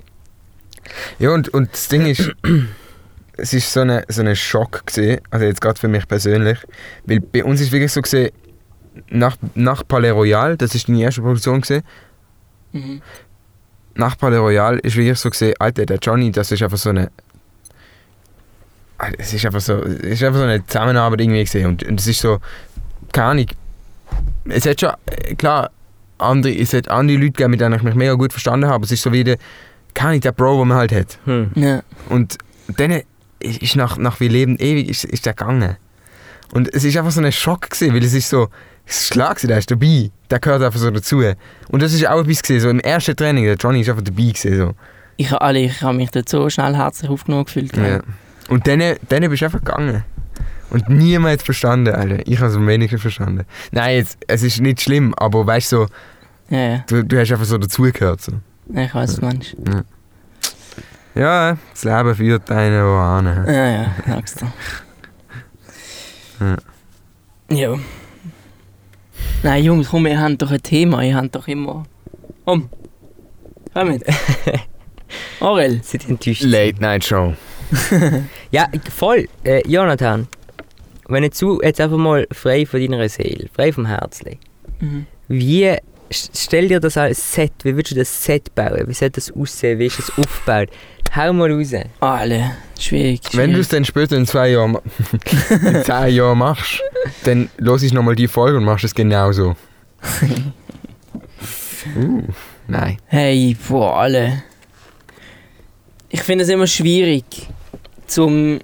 B: Ja, und, und das Ding ist, [clears throat] es ist so ein so eine Schock, gewesen, also jetzt gerade für mich persönlich, weil bei uns ist wirklich so gesehen, nach, nach Palais Royal, das ist deine erste Produktion, gewesen,
C: Mhm.
B: nach Palais Royal ist wirklich so gesehen, Alter, der Johnny, das ist einfach so eine. Alter, Es ist einfach so, es ist einfach so eine Zusammenarbeit irgendwie gesehen und, und es ist so, keine Ahnung. Es hat schon, äh, klar, andere, es hat andere Leute gegeben, mit denen ich mich mega gut verstanden habe, aber es ist so wie der, keine Ahnung, der Bro, den man halt hat.
A: Hm.
C: Ja.
B: Und dann ist ist nach, nach wie Leben ewig ist, ist der gegangen. Und es ist einfach so ein Schock gewesen, weil es ist so, es ist klar gewesen, der ist dabei. Der gehört einfach so dazu. Und das ist auch etwas gewesen, so im ersten Training, der Johnny ist einfach dabei gewesen, so.
C: Ich, hab alle, ich habe mich dort so schnell herzlich aufgenommen gefühlt.
B: Ja. Und dann, dann bist du einfach gegangen. Und niemand hat verstanden, Alter. Ich habe es am wenigsten verstanden. Nein, jetzt, es ist nicht schlimm, aber weißt du, so,
C: ja, ja.
B: du, du hast einfach so dazugehört. So.
C: Ja, Ich weiß, was du meinst.
B: Ja, das Leben führt einen wohin.
C: [laughs] Ja, ja, sagst du.
B: Ja.
C: Ja. Nein, Jungs, komm, ihr habt doch ein Thema, ihr habt doch immer. Komm.
B: [laughs]
C: Komm mit. Orel.
A: Seid enttäuscht.
B: Late Night Show.
A: Ja, voll. Äh, Jonathan, wenn jetzt du jetzt einfach mal frei von deiner Seele, frei vom Herzen,
C: Mhm.
A: wie s- stell dir das als Set, wie würdest du das Set bauen? Wie soll das aussehen? Wie ist es aufgebaut? Hau mal raus.
C: Alle. Schwierig. schwierig.
B: Wenn du es dann später in zwei Jahren, ma- [laughs] in zehn Jahren machst, dann los ich nochmal die Folge und machst es
C: [laughs]
B: genauso. uh, nein.
C: Hey, boah, alle. Ich finde es immer schwierig, zum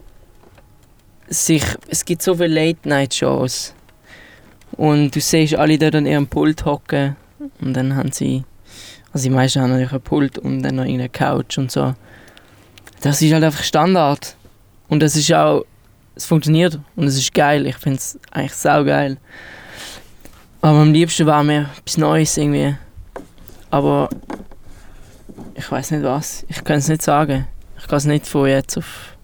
C: sich. Es gibt so viele Late-Night-Shows. Und du siehst alle dort an ihrem Pult hocken. Und dann haben sie. Also die meisten haben natürlich ein Pult und dann noch irgendeine Couch und so. Das ist halt einfach Standard. Und das ist auch. Es funktioniert und es ist geil. Ich finde es eigentlich saugeil. Aber am liebsten war mir etwas Neues irgendwie. Aber ich weiß nicht was. Ich kann es nicht sagen. Ich kann es nicht von jetzt auf.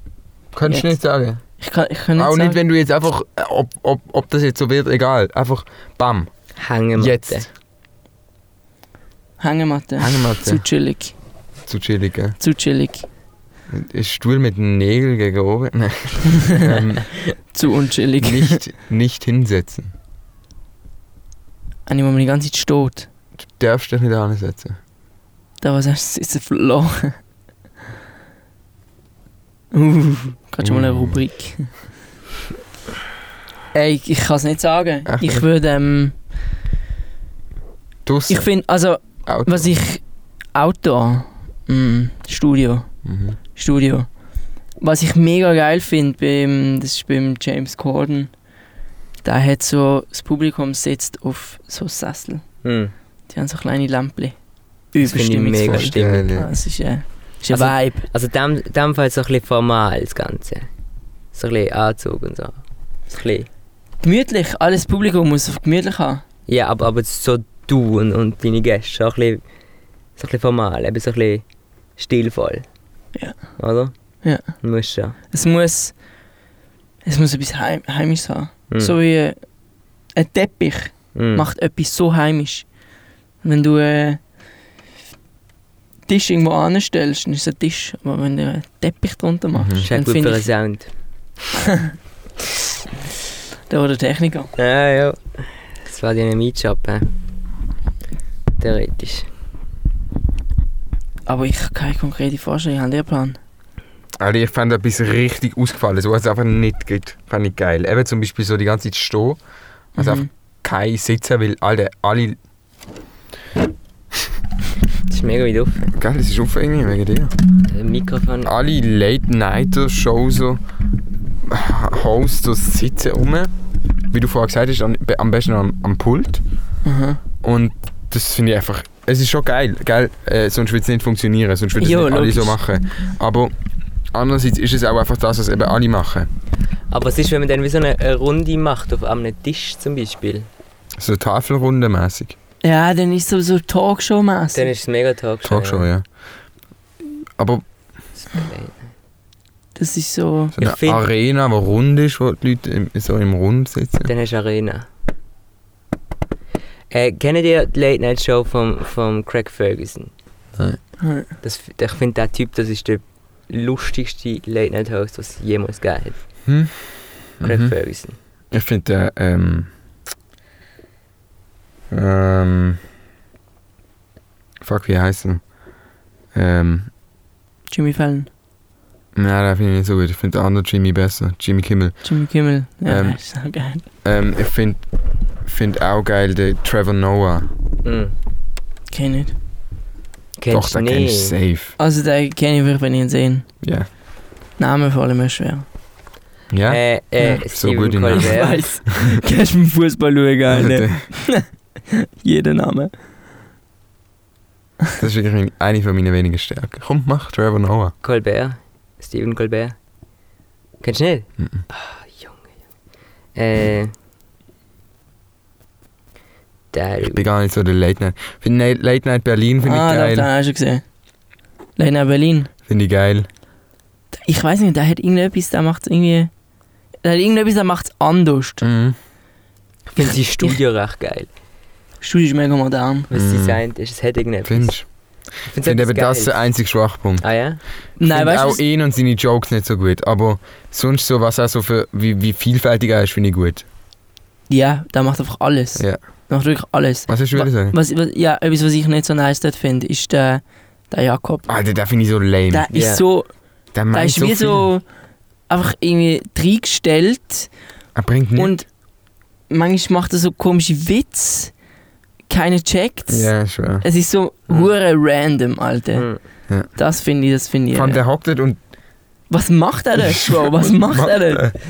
B: Kannst du nicht sagen.
C: Ich kann, ich kann nicht
B: Auch
C: sagen.
B: nicht, wenn du jetzt einfach, äh, ob, ob, ob das jetzt so wird, egal. Einfach, bam,
A: Hängen
B: jetzt.
C: Hängematte. Zu
B: Hängematte.
C: chillig.
B: Zu chillig, gell?
C: Zu chillig.
B: Ist Stuhl mit Nägeln gegen oben? [laughs] Nein. ähm,
C: Zu unchillig.
B: nicht, nicht hinsetzen.
C: Eine, wo man die ganze Zeit steht.
B: Du darfst dich nicht ansetzen.
C: Da was heißt, ist ein verloren. [laughs] Uh, kannst du mal eine
B: Mm.
C: Rubrik? Ey, ich kann es nicht sagen.
B: Echt
C: Ich
B: nicht?
C: würde, ähm, ich
B: Draussen.
C: finde, also,
B: Auto.
C: was ich, Outdoor, mm, Studio,
B: Mhm.
C: Studio. Was ich mega geil finde, beim- das ist beim James Corden. Da hat so, das Publikum sitzt auf so Sessel.
A: Hm.
C: Die haben so kleine Lämpchen.
A: Das finde ich mega
C: Überstimmungsvoll.
A: stimmig.
B: Geil, ja.
C: Ja, es ist, äh, ist ein
A: Also-
C: Vibe.
A: Also in dem, in dem Fall so ein bisschen formal das Ganze. So ein bisschen Anzug und so. So ein bisschen.
C: Gemütlich, alles Publikum muss es gemütlich haben.
A: Ja, aber, aber so du und, und deine Gäste, so ein bisschen, so ein bisschen formal, eben so ein bisschen stilvoll.
C: Ja.
A: Oder?
C: Ja.
A: Muss schon.
C: Es muss, es muss etwas Heim, Heimisches haben.
A: Hm.
C: So wie äh, ein Teppich
A: Hm.
C: macht etwas so heimisch. Wenn du äh, Tisch irgendwo anstellst, dann ist es ein Tisch. Aber wenn du einen Teppich drunter
B: Mhm.
C: machst,
A: Ist auch
C: dann
A: gut für
C: finde
A: den
C: ich,
A: Sound.
C: da war der Techniker.
A: Ja, ja. Das war deine Meetjob, hä? Theoretisch.
C: Aber ich habe keine konkrete Vorstellung, ich habe einen Plan.
B: Alter, Also ich fand etwas richtig ausgefallen, so was es einfach nicht gibt. Fand ich geil. Eben zum Beispiel so die ganze Zeit stehen, also
C: Mhm.
B: einfach kein Sitzen, weil alle, alle,
A: Das ist mega weit auf.
B: geil, es ist auf irgendwie wegen dir.
A: Äh, Mikrofon.
B: Alle Late-Nighter-Shows, so, Hosts, so sitzen rum. Wie du vorher gesagt hast, an, be- am besten am, am Pult.
C: Mhm.
B: Und das finde ich einfach, es ist schon geil, gell? Äh, sonst würde es nicht funktionieren, sonst würden es
C: Ja,
B: nicht alle
C: logisch.
B: so machen. Aber andererseits ist es auch einfach das, was eben alle machen.
A: Aber es ist, wenn man dann wie so eine eine Runde macht, auf einem Tisch zum Beispiel.
B: So Tafelrundenmäßig.
C: Ja, dann ist es sowieso Talkshow-mässig.
A: Dann ist es mega Talkshow.
B: Talkshow, ja. Aber
A: Äh,
C: Das ist so.
B: so
A: Ich
B: eine
A: find-
B: Arena, die rund ist, wo die Leute im, so im Rund sitzen.
A: Dann hast du Arena. Äh, kennt ihr die Late Night Show von vom Craig Ferguson? Das, ich finde, der Typ, das ist der lustigste Late Night Host, was es jemals gegeben hat.
B: Hm?
A: Craig
B: Mhm.
A: Ferguson.
B: Ich finde, äh, ähm. Ähm. Fuck, wie heißt er? Ähm.
C: Jimmy Fallon,
B: Nein, den finde ich nicht so gut. Ich finde den anderen Jimmy besser. Jimmy Kimmel.
C: Jimmy Kimmel. Ja,
B: Ähm.
C: ist so geil.
B: Ähm, ich finde find auch geil den Trevor Noah.
A: Mhm.
C: Kenn ich nicht.
A: Kennst
B: Doch,
A: du
B: den kennst
A: nicht?
B: du safe.
C: Also, den kenne ich wirklich, wenn ich ihn sehe.
B: Ja.
C: Namen vor allem ist schwer.
B: Ja?
A: Äh, äh,
B: Ja. So
A: Steven
B: gut in
C: [laughs] Ich
A: Colbert.
C: weiß. Kannst du beim Fußball
A: [laughs]
C: schauen, Alter. [laughs] Jeder Name.
B: Das ist wirklich mein- eine von meinen wenigen Stärken. Komm, mach Trevor Noah.
A: Colbert. Stephen Colbert. Kennst du nicht?
B: Mhm.
A: Ah, Junge, Junge. Äh. Der.
B: Ich bin gar nicht so der Late Night. Find Na- Late Night Berlin finde
C: ah,
B: ich
C: doch, den
B: geil.
C: habe ich schon gesehen. Lena Berlin.
B: Finde ich geil.
C: Ich weiß nicht, der hat irgendetwas, der macht es irgendwie. Der hat irgendetwas, der macht es anders.
B: Mhm.
A: Ich finde die Studio recht geil.
C: Studio ist mega modern.
A: Was
B: Mhm.
A: sie designt ist, es hat irgendetwas.
B: Findest du?
A: Ich
B: Ich
A: find's
B: finde
A: etwas
B: eben das der
A: Geiles.
B: einzige Schwachpunkt.
A: Ah ja?
C: Nein,
B: Find
C: weißt du.
B: auch
C: was-
B: ihn und seine Jokes nicht so gut. Aber sonst so, was er so für, wie, wie vielfältig er ist, finde ich gut.
C: Ja, der macht einfach alles.
B: Ja.
C: Der macht wirklich alles.
B: Was hast du wieder sagen?
C: Was, was, ja, etwas, was ich nicht so nice dort finde, ist der, der Jakob.
B: Alter, den finde ich so lame.
C: Der
A: Ja.
C: ist so.
B: der
C: Der
B: meint
C: ist
B: so
C: wie
B: viel.
C: so. Einfach irgendwie reingestellt
B: Er bringt nichts.
C: und manchmal macht er so komische Witze. Keiner checkt's.
B: Ja, ist wahr.
C: Es ist so
A: Mhm.
C: hure random, Alter.
A: Mhm.
C: Das finde ich, das finde ich.
B: Vor allem
C: äh,
B: der hockt dort und...
C: Was macht er dort, Bro? Was macht er dort?
B: Ja,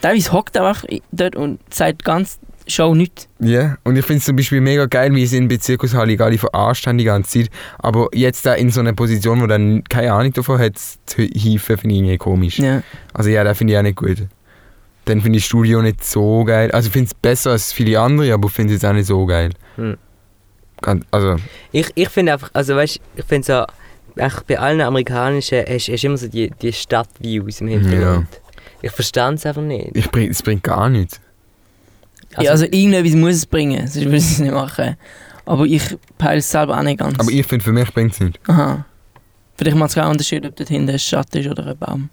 C: Davis hockt einfach dort und sagt ganz Show nichts.
B: und ich finde es zum Beispiel mega geil, wie sie in Bezirkus Halligalli verarscht haben die ganze Zeit. Aber jetzt da in so einer Position, wo dann keine Ahnung davon hat, zu helfen, finde ich irgendwie komisch.
C: Ja.
B: Also ja, den finde ich auch nicht gut. Dann finde ich Studio nicht so geil. Also ich finde es besser als viele andere, aber ich finde es jetzt auch nicht so geil.
A: Hm.
B: Ganz- Also,
A: Ich, ich finde einfach, also weißt du, ich finde so, echt bei allen amerikanischen hast du immer so die, die Stadtviews im Hintergrund. Ich verstand es einfach nicht.
B: ich bring, es bringt gar nichts.
A: Also,
C: ja, also irgendetwas muss es bringen, sonst würde ich es nicht machen. Aber ich peile es selber auch nicht ganz.
B: Aber ich finde, für mich bringt es nicht.
C: Aha. Vielleicht macht es keinen Unterschied, ob dort hinten ein Schatten ist oder ein Baum.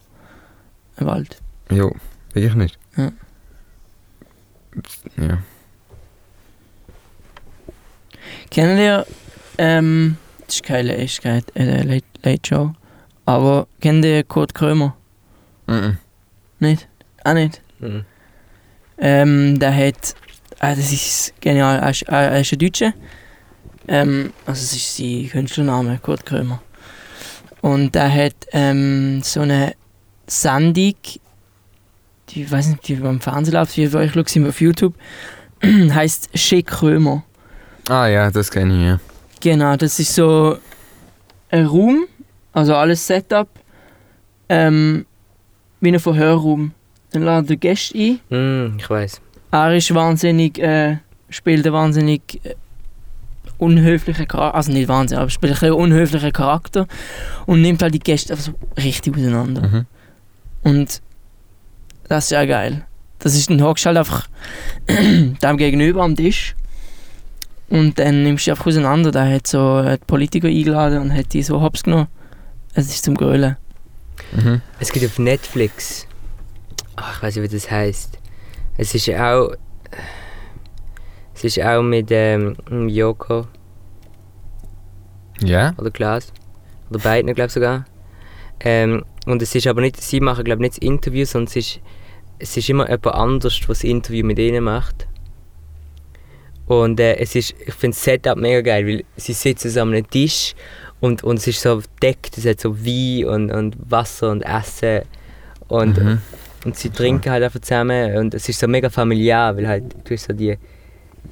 C: Ein Wald.
B: Jo, wirklich nicht.
C: Ja.
B: Ja.
C: Kennen ihr, ähm, das ist keine, ist keine äh, Late, Late Show, aber kennt ihr Kurt Krömer?
B: Mhm.
C: Nicht? Auch nicht?
A: mhm.
C: Ähm, der hat. Ah, das ist genial. Er ist, er er ist ein Deutscher. Ähm, also, es ist sein Künstlername, Kurt Krömer. Und der hat ähm, so eine Sendung, die ich weiß nicht, die beim Fernsehen läuft, wie ich schaue sie immer auf YouTube, [clears throat] heißt Che Krömer.
B: Ah ja, das kenne ich, ja.
C: Genau, das ist so ein Raum, also alles Setup, ähm, wie ein Verhörraum. Dann laden die Gäste ein.
A: Mhm, ich weiß.
C: Er ist wahnsinnig, äh, spielt einen wahnsinnig äh, unhöflichen Charakter, also nicht wahnsinnig, aber spielt einen unhöflichen Charakter und nimmt halt die Gäste einfach so richtig auseinander.
B: Mhm.
C: Und das ist ja geil. Das ist ein hockst halt einfach [clears throat] dem gegenüber am Tisch und dann nimmst du die einfach auseinander. Da hat so äh, die Politiker eingeladen und hat die so hops genommen. Es ist zum Grölen.
B: Mhm.
A: Es gibt auf Netflix. Ach, ich weiß nicht, wie das heißt. Es ist auch. Es ist auch mit ähm, Joko
B: Ja?
A: oder Klaas. Oder beiden, glaube ich sogar. Ähm, und es ist aber nicht, sie machen, glaube ich, nicht das Interview, sondern es ist, es ist immer jemand anders, was das Interview mit ihnen macht. Und äh, es ist, ich finde das Setup mega geil, weil sie sitzen so an einem Tisch und, und es ist so deckt, es hat so Wein und, und Wasser und Essen. Und, äh,
B: Mhm.
A: und sie trinken halt einfach zusammen und es ist so mega familiär, weil halt du hast so die,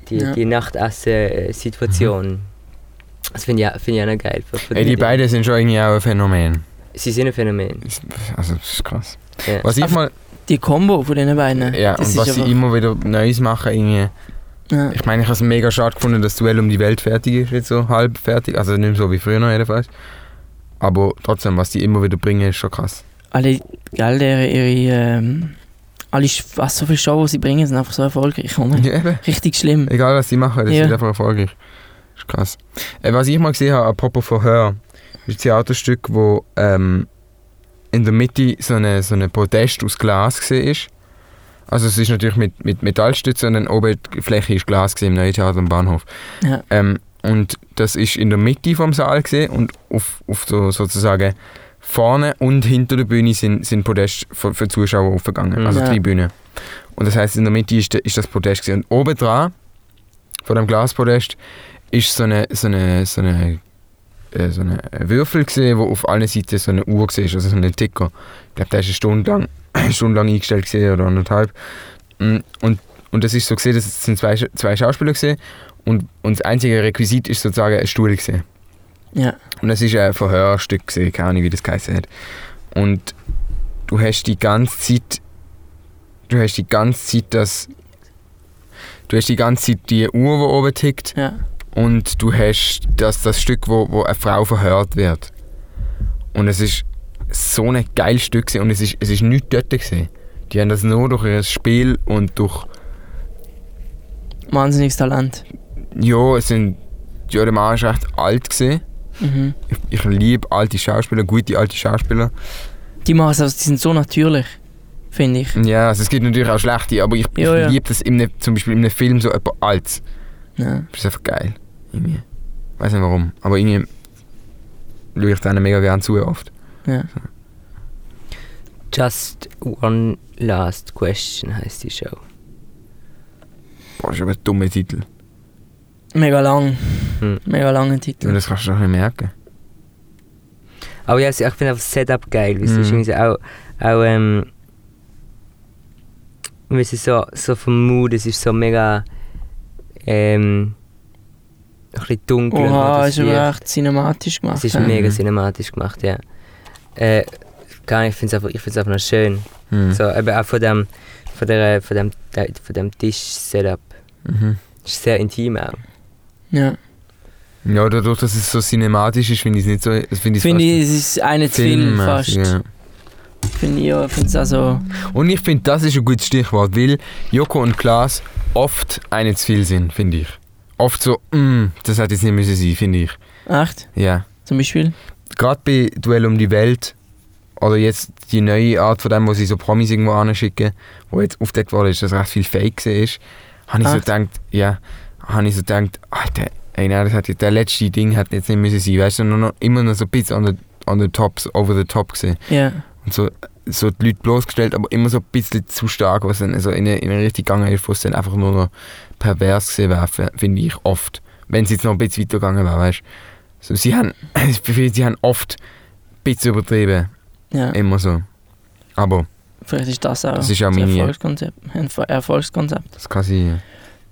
A: die,
C: Ja.
A: die Nachtessen-Situation. Das finde ich, auch- finde ich auch noch geil. Für, für
B: Mhm. Ey, die beiden sind schon irgendwie auch ein Phänomen.
A: Sie sind ein Phänomen.
B: Ist- Also, das ist krass.
A: Ja.
B: Was ich
C: Aber-
B: mal.
C: Die Combo von den beiden.
B: Ja,
C: das
B: und
C: ist
B: was sie
C: einfach-
B: immer wieder Neues machen, irgendwie.
C: Ja.
B: Ich meine, ich habe es mega schade gefunden, dass das Duell um die Welt fertig ist, jetzt so halb fertig. Also nicht mehr so wie früher noch jedenfalls. Aber trotzdem, was die immer wieder bringen, ist schon krass.
C: Alle, gell, ihre, ihre ähm, alle, Sch- was so viele Shows, die sie bringen, sind einfach so erfolgreich. Oder?
B: Ja, [laughs] eben.
C: Richtig schlimm.
B: Egal was sie machen, das
C: Ja.
B: ist einfach erfolgreich. Ist krass. Äh, was ich mal gesehen habe, apropos Verhör, ist ein Theaterstück, wo ähm, in der Mitte so eine, so eine Podest aus Glas gesehen ist. Also es ist natürlich mit, mit Metallstützen und dann oben die Fläche ist Glas gewesen, im neuen Theater am Bahnhof.
C: Ja.
B: Ähm, und das ist in der Mitte vom Saal gesehen und auf, auf so, sozusagen vorne und hinter der Bühne sind, sind Podest für, für die Zuschauer aufgegangen,
A: Mhm.
B: also
C: Ja.
B: drei Bühnen. Und das heißt in der Mitte ist, de- ist das Podest gewesen. und oben dran vor dem Glaspodest ist so eine so eine so eine äh, so eine Würfel gesehen, wo auf allen Seiten so eine Uhr gesehen also so einen Ticker. Ich glaube, der ist eine Stunde lang, [clears throat] eine Stunde lang eingestellt gesehen oder anderthalb. Mm, Und, und das ist so gesehen, das sind zwei, Sch- zwei Schauspieler gesehen und, und das einzige Requisit ist sozusagen ein Stuhl gesehen.
C: Ja.
B: Und das ist ein Verhörstück, gewesen, keine Ahnung, wie das geheißen hat. Und du hast die ganze Zeit. Du hast die ganze Zeit das. Du hast die ganze Zeit die Uhr, die oben tickt,
C: Ja.
B: und du hast das, das Stück, wo, wo eine Frau verhört wird. Und es ist so ein geiles Stück gewesen und es ist, es ist nichts dort. Gewesen. Die haben das nur durch ihr Spiel und durch.
C: Wahnsinniges Talent.
B: Ja, es sind. Ja, der Mann ist recht alt. Gewesen.
C: Mhm.
B: Ich, ich liebe alte Schauspieler, gute alte Schauspieler.
C: Die machen es, also, die sind so natürlich, finde ich.
B: Ja, also es gibt natürlich auch schlechte, aber ich,
C: Ja,
B: ich
C: ja.
B: liebe das in einem, zum Beispiel in einem Film so etwas Altes.
C: Ja.
B: Das ist einfach geil. Irgendwie. Weiß nicht warum, aber irgendwie schaue ich denen mega gern zu oft.
A: Just One Last Question heißt die Show.
B: Boah, das ist aber ein dummer Titel.
C: Mega lang.
A: Mhm.
C: Mega langer
B: Ja,
C: Titel.
B: das kannst du doch nicht merken.
A: Aber ja, ich finde das Setup geil, weil es
B: Mhm.
A: ist irgendwie so auch, auch ähm, weil es ist so, so vom Mood, es ist so mega, ähm, ein bisschen dunkel. und noch
C: Oha,
A: das
C: ist aber
A: Licht.
C: echt cinematisch gemacht.
A: Es ist
C: ja.
A: mega cinematisch gemacht, ja. Äh, gar nicht, ich finde es einfach, ich find's einfach noch schön.
B: Hm.
A: So, eben auch von dem, von der, von dem, äh, von dem Tisch-Setup.
B: Mhm.
A: Ist sehr intim auch.
C: Ja.
B: Ja, dadurch, dass es so cinematisch ist, finde ich es nicht so. Das finde ich
C: Ich finde,
B: fast
C: es ist eine zu viel fast.
B: filmmäßig, ja.
C: Finde ich ja, finde es also.
B: Und ich finde, das ist ein gutes Stichwort, weil Joko und Klaas oft eine zu viel sind, finde ich. Oft so, mm, das hätte jetzt nicht müssen sein, finde ich.
C: Echt?
B: Ja.
C: Zum Beispiel?
B: Gerade bei Duell um die Welt oder jetzt die neue Art von dem, wo sie so Promis irgendwo anschicken, wo jetzt aufgedeckt worden ist, dass recht viel Fake ist, habe ich so
C: Echt?
B: gedacht, ja, habe ich so gedacht, Alter, ey, nein, das hat jetzt, der letzte Ding hat jetzt nicht müssen sein, weißt du, nur noch, immer noch so ein bisschen on the, on the top, so over the top gesehen.
C: Ja.
B: Und so, so die Leute bloßgestellt, aber immer so ein bisschen zu stark, was dann also in eine, in eine Richtung gegangen ist, wo es dann einfach nur noch pervers gesehen wäre, f- finde ich oft. Wenn es jetzt noch ein bisschen weitergegangen wäre, weißt du. So, sie haben, [laughs] ich finde, sie haben oft ein bisschen übertrieben,
C: Ja.
B: immer so. Aber
C: Vielleicht ist das auch
B: Das ist auch
C: das
B: meine-
C: Erfolgskonzept. Ein Ver- Erfolgskonzept.
B: das kann sein.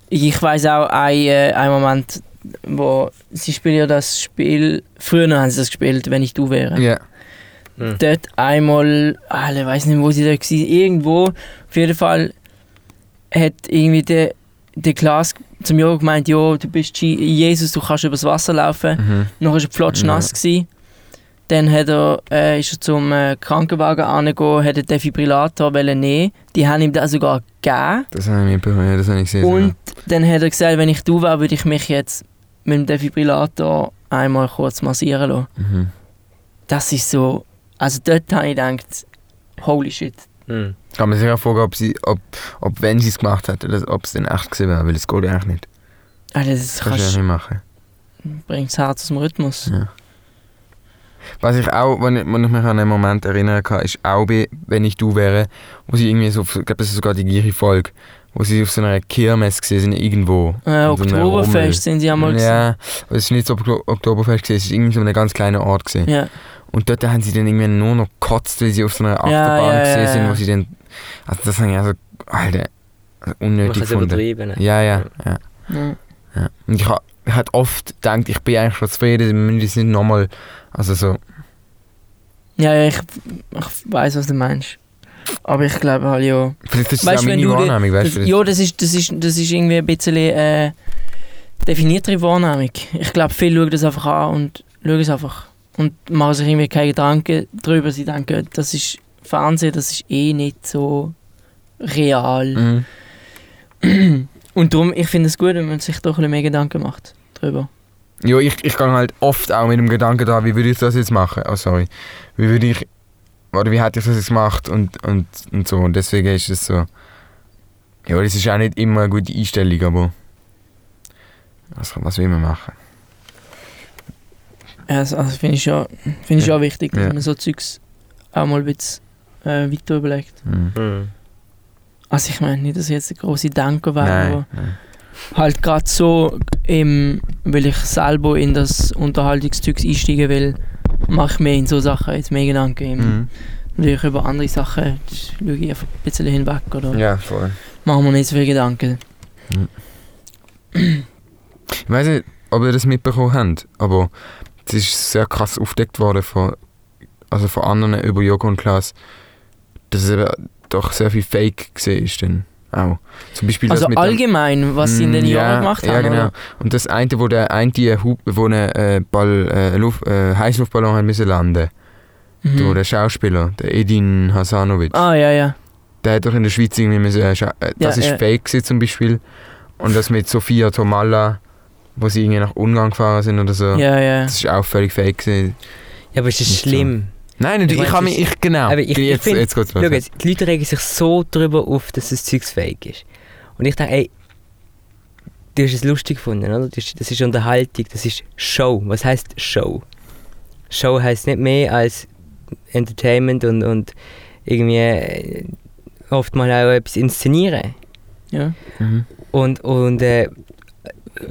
C: Ich weiß auch einen, äh, einen Moment, wo sie spielen ja das Spiel. Früher haben sie das gespielt, wenn ich du wäre.
B: Ja. ja.
A: Hm.
C: dort einmal, ah, ich weiß nicht, wo sie da war, irgendwo, auf jeden Fall hat irgendwie der der Klaas zum Jörg gemeint, jo, du bist Je- Jesus, du kannst übers Wasser laufen.
B: [laughs] Mhm.
C: Noch ist er platschnass
B: Ja.
C: gsi. Dann hat er, äh, ist er zum äh, Krankenwagen angegangen, hat den Defibrillator wollen nehmen. Die haben ihm das sogar gegeben.
B: Das habe ich, mir- ja, genau. das habe ich gesehen.
C: Und dann hat er gesagt, wenn ich du wäre, würde ich mich jetzt mit dem Defibrillator einmal kurz massieren lassen
B: ja. Mhm.
C: das ist so. Also dort habe ich gedacht, holy shit.
A: Mhm.
B: Kann man sich auch fragen, ob, sie, ob, ob wenn sie es gemacht hätten, dass- ob es dann echt gesehen wäre, weil es geht ja echt nicht.
C: Alter, das
B: Das kannst du ja
C: kannst,
B: nicht machen.
C: bringt das Herz aus dem Rhythmus.
B: Ja. Was ich auch, wenn ich, wenn ich mich an einen Moment erinnern kann, ist auch bei «Wenn ich du wäre», wo sie irgendwie so, auf- ich glaube, das ist sogar die gleiche Folge, wo sie auf so einer Kirmes gesehen sind, irgendwo. Und so
C: Äh,
B: Also eine Rummel.
C: Oktoberfest sind sie einmal gesehen.
B: Ja, aber es ist nicht so Okto- Oktoberfest gewesen, es ist irgendwie so ein ganz kleiner Ort gewesen.
C: Ja.
B: Und dort haben sie dann irgendwie nur noch gekotzt, weil sie auf so einer Achterbahn
C: Ja, ja, ja,
B: gesehen sind,
C: ja.
B: wo sie dann, also das haben ich also, Alter, also
A: Man
B: unnötig
A: kann es
B: gefunden.
A: übertreiben. ne?
B: Ja, ja, ja.
C: Ja.
B: Ja. Und ich habe hat oft gedacht, ich bin eigentlich schon zufrieden, wir müssen jetzt nicht nochmal. Also so.
C: ja, ja, ich, ich weiß, was du meinst. Aber ich glaube halt ja.
B: Vielleicht ist es
C: Weißt
B: auch
C: du, wenn
B: meine
C: du die-
B: Wahrnehmung, weißt
C: Das,
B: du?
C: ja, das ist, das, ist, das ist irgendwie ein bisschen äh, definiertere Wahrnehmung. Ich glaube, viele schauen das einfach an und schauen es einfach. Und machen sich irgendwie keine Gedanken darüber. Sie denken, das ist Fernsehen, das ist eh nicht so real.
B: Mhm.
C: Und darum, ich finde es gut, wenn man sich doch ein bisschen mehr Gedanken macht darüber.
B: Ja, ich, ich gehe halt oft auch mit dem Gedanken da, wie würde ich das jetzt machen? Oh, sorry. Wie würde ich, oder wie hätte ich das jetzt gemacht und, und, und so. Und deswegen ist es so. Ja, das ist auch nicht immer eine gute Einstellung, aber. Was, was will man machen?
C: Ja, Also, also finde ich ja finde ich ja wichtig, dass
B: Ja.
C: man so Zeugs auch mal ein bisschen äh, weiter überlegt.
B: Mhm.
A: Mhm.
C: Also ich meine nicht, dass ich jetzt ein großer Denker wäre,
B: Nein,
C: aber
B: nein.
C: halt gerade so, im, weil ich selber in das Unterhaltungszeugs einsteigen will, mache ich mir in so Sachen jetzt mehr Gedanken. Im-
B: Mhm.
C: Natürlich über andere Sachen schaue ich einfach ein bisschen hinweg oder
B: Hm. Ja, voll.
C: machen wir nicht so viel Gedanken.
B: Ich weiß nicht, ob ihr das mitbekommen habt, aber es ist sehr krass aufgedeckt worden von, also von anderen über Yoga und Klaas, dass es eben doch sehr viel Fake gesehen ist dann auch. Zum Beispiel
C: Also
B: das mit dem-
C: allgemein, was sie in den
B: Mm, ja,
C: Jahren gemacht haben.
B: Ja, genau.
C: oder?
B: Und das eine, wo der eine die Hub, wo eine, äh, Ball, äh, Luft, äh, Heißluftballon hat müssen landen,
C: Mhm.
B: wo der Schauspieler, der Edin Hasanovic,
C: Ah ja, ja.
B: der hat doch in der Schweiz irgendwie müssen, äh, scha- äh, das
C: Ja,
B: ist
C: ja.
B: fake gewesen, zum Beispiel. Und das mit Sofia Tomalla, wo sie irgendwie nach Ungarn gefahren sind oder so.
C: Ja, ja.
B: Das ist auch völlig fake. Gewesen.
A: Ja, aber es ist
B: Nicht so.
A: schlimm.
B: Nein,
A: Ich
B: natürlich, ich
A: mein,
B: kann
A: es
B: mich, ich, genau.
A: aber ich- ich
B: jetzt,
A: find-
B: jetzt geht's los.
A: Schau jetzt, die Leute regen sich so darüber auf, dass das Zeug fake ist. Und ich denke, ey, du hast es lustig gefunden, oder? Das ist, das ist Unterhaltung, das ist Show. Was heißt Show? Show heißt nicht mehr als Entertainment und, und irgendwie äh, oftmals auch etwas inszenieren.
C: ja.
B: Mhm.
A: Und, und äh,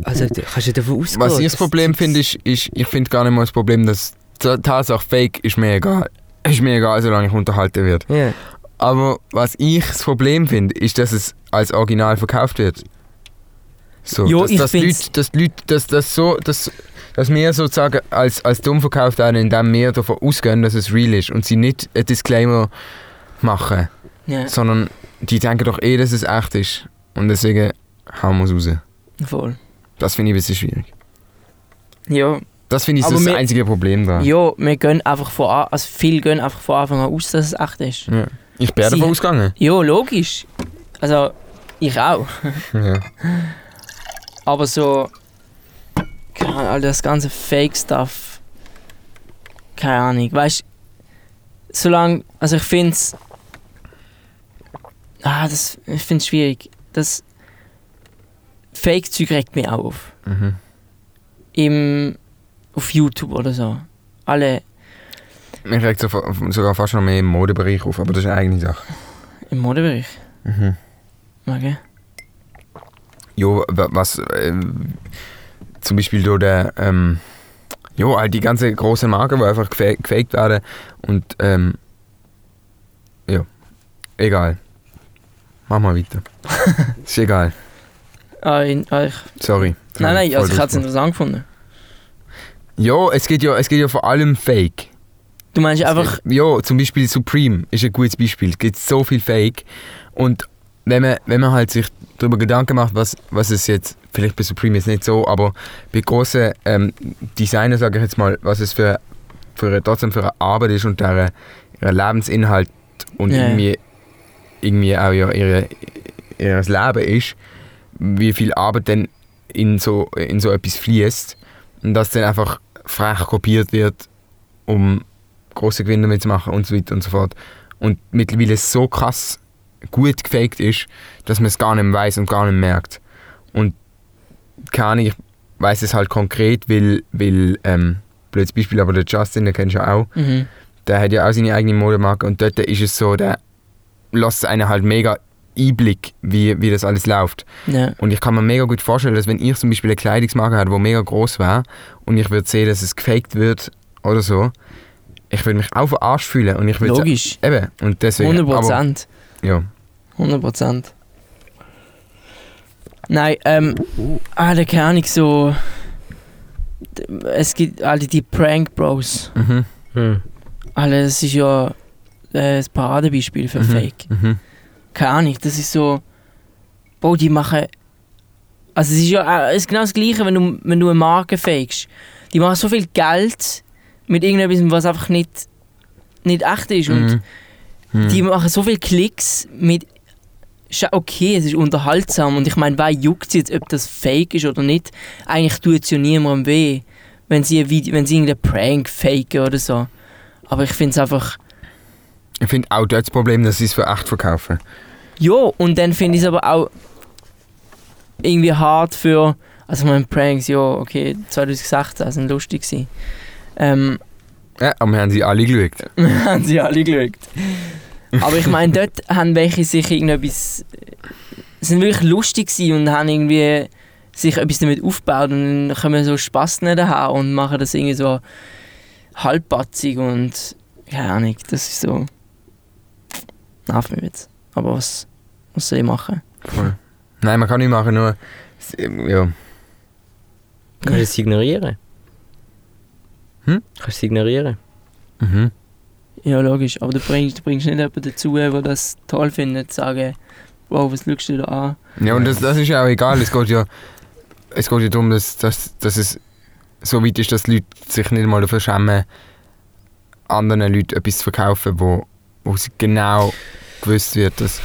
A: also du kannst ja davon ausgehen.
B: Was ich
A: dass
B: das Problem
A: Zeugs-
B: finde, ist, ist ich finde gar nicht mal das Problem, dass die Tatsache fake ist mir egal. Ist mir egal, solange ich unterhalten werde.
A: Ja.
B: Aber was ich das Problem finde, ist, dass es als Original verkauft wird. So,
C: Jo,
B: dass,
C: ich
B: dass, die
C: find's-
B: Leute, dass die Leute, dass, dass so, dass, dass wir sozusagen als, als dumm verkauft werden, indem wir davon ausgehen, dass es real ist und sie nicht einen Disclaimer machen,
C: Ja,
B: sondern die denken doch eh, dass es echt ist. Und deswegen hauen wir es raus.
C: voll.
B: Das finde ich ein bisschen schwierig.
C: Ja,
B: Das finde ich so
C: Aber
B: das
C: wir-
B: einzige Problem da.
C: ja, wir gehen einfach von an, also viele gehen einfach von Anfang an aus, dass es echt ist.
B: Ja. Ich bin auch
C: Sie-
B: davon ausgegangen.
C: Ja, logisch. Also, ich auch.
B: Ja.
C: Aber so, keine Ahnung, all das ganze Fake-Stuff, keine Ahnung. Weißt du, solange, also ich finde es, ah, das, ich finde es schwierig. Das Fake-Zeug regt mich auch auf.
B: Mhm.
C: Im, auf YouTube oder so. Alle
B: Mich regt so, fa- sogar fast noch mehr im Modebereich auf, aber das ist eine eigene Sache.
C: im Modebereich.
B: Mhm.
C: Okay.
B: Jo, wa- was äh, zum Beispiel da der, ähm, jo, halt die ganze große Marke, wo einfach gefa- gefaked werden und, ähm, ja, egal. Mach mal
C: [laughs]
B: weiter. ist egal,
C: Ah, in, ah, ich,
B: sorry.
C: nein, nein,
B: Voll
C: also ich
B: drauf.
C: hätte es interessant gefunden.
B: Jo, es geht ja, es geht ja vor allem Fake.
C: Du meinst einfach,
B: Ja, zum Beispiel Supreme ist ein gutes Beispiel. Es gibt so viel Fake. Und wenn man, wenn man halt sich darüber Gedanken macht, was, was es jetzt, vielleicht bei Supreme jetzt nicht so, aber bei großen ähm, Designern, sage ich jetzt mal, was es für, für trotzdem für eine Arbeit ist und deren, ihren Lebensinhalt und
C: Ja, ja.
B: irgendwie, irgendwie auch ja ihre, ihres Leben ist, wie viel Arbeit denn in so, in so etwas fließt und das dann einfach frech kopiert wird, um große Gewinne damit zu machen und so weiter und so fort. Und mittlerweile so krass gut gefaked ist, dass man es gar nicht mehr weiß und gar nicht mehr merkt. Und keine Ahnung, ich weiß es halt konkret, weil, weil ähm, blödes Beispiel, aber der Justin, den kennst du ja auch,
C: mhm.
B: der hat ja auch seine eigene Modemarke und dort ist es so, der lässt einen halt mega Einblick, wie, wie das alles läuft.
C: ja,
B: Und ich kann mir mega gut vorstellen, dass wenn ich zum Beispiel eine Kleidungsmarke hätte, die mega groß wäre und ich würde sehen, dass es gefaked wird oder so, ich würde mich auch verarscht fühlen und ich würde
C: logisch.
B: eben und deswegen
C: 100
B: aber,
C: Prozent.
B: ja
C: 100 Prozent. Nein, ähm, alle keine Ahnung, so. Es gibt alle die Prank Bros.
B: mhm.
A: Hm.
C: Alle, das ist ja äh, das Paradebeispiel für
B: Mhm.
C: Fake.
B: Mhm.
C: Keine Ahnung, das ist so. Bro, die machen. Also, es ist ja äh, es ist genau das Gleiche, wenn du, wenn du eine Marke fakest. Die machen so viel Geld mit irgendetwas, was einfach nicht, nicht echt ist. Und
B: Mhm. Mhm.
C: die machen so viele Klicks mit. Ist ja okay, es ist unterhaltsam. Und ich meine, wer juckt es jetzt, ob das fake ist oder nicht? Eigentlich tut es ja niemandem weh, wenn sie, ein Video, wenn sie irgendeinen Prank faken oder so. Aber ich finde es einfach.
B: Ich finde auch dort das Problem, dass sie es für 8 verkaufen.
C: Ja, und dann finde ich es aber auch irgendwie hart für. Also, ich meine, Pranks, ja, okay, 2016 sind lustig. gewesen. Ähm,
B: Ja, aber wir haben sie alle geschaut.
C: [laughs] haben sie alle geschaut. Aber ich meine, dort haben welche sich irgendetwas. äh, sind wirklich lustig gewesen und haben irgendwie sich etwas damit aufgebaut und dann kommen so Spass nicht daher und machen das irgendwie so halbpatzig und. keine Ahnung, das ist so. nervt mich jetzt. Aber was, was soll ich machen?
B: Voll. Nein, man kann nicht machen, nur. es- Ja.
A: Kannst du es ignorieren?
B: Hm?
A: Kannst du es ignorieren?
B: Mhm.
C: Ja, logisch, aber du bringst, du bringst nicht jemanden dazu, der das toll findet, zu sagen, wow, was schaust du da an?
B: Ja, und das, das ist ja auch egal. Es geht ja, es geht ja darum, dass, dass, dass es so weit ist, dass die Leute sich nicht mal dafür schämen, anderen Leuten etwas zu verkaufen, wo, wo es genau gewusst wird, dass,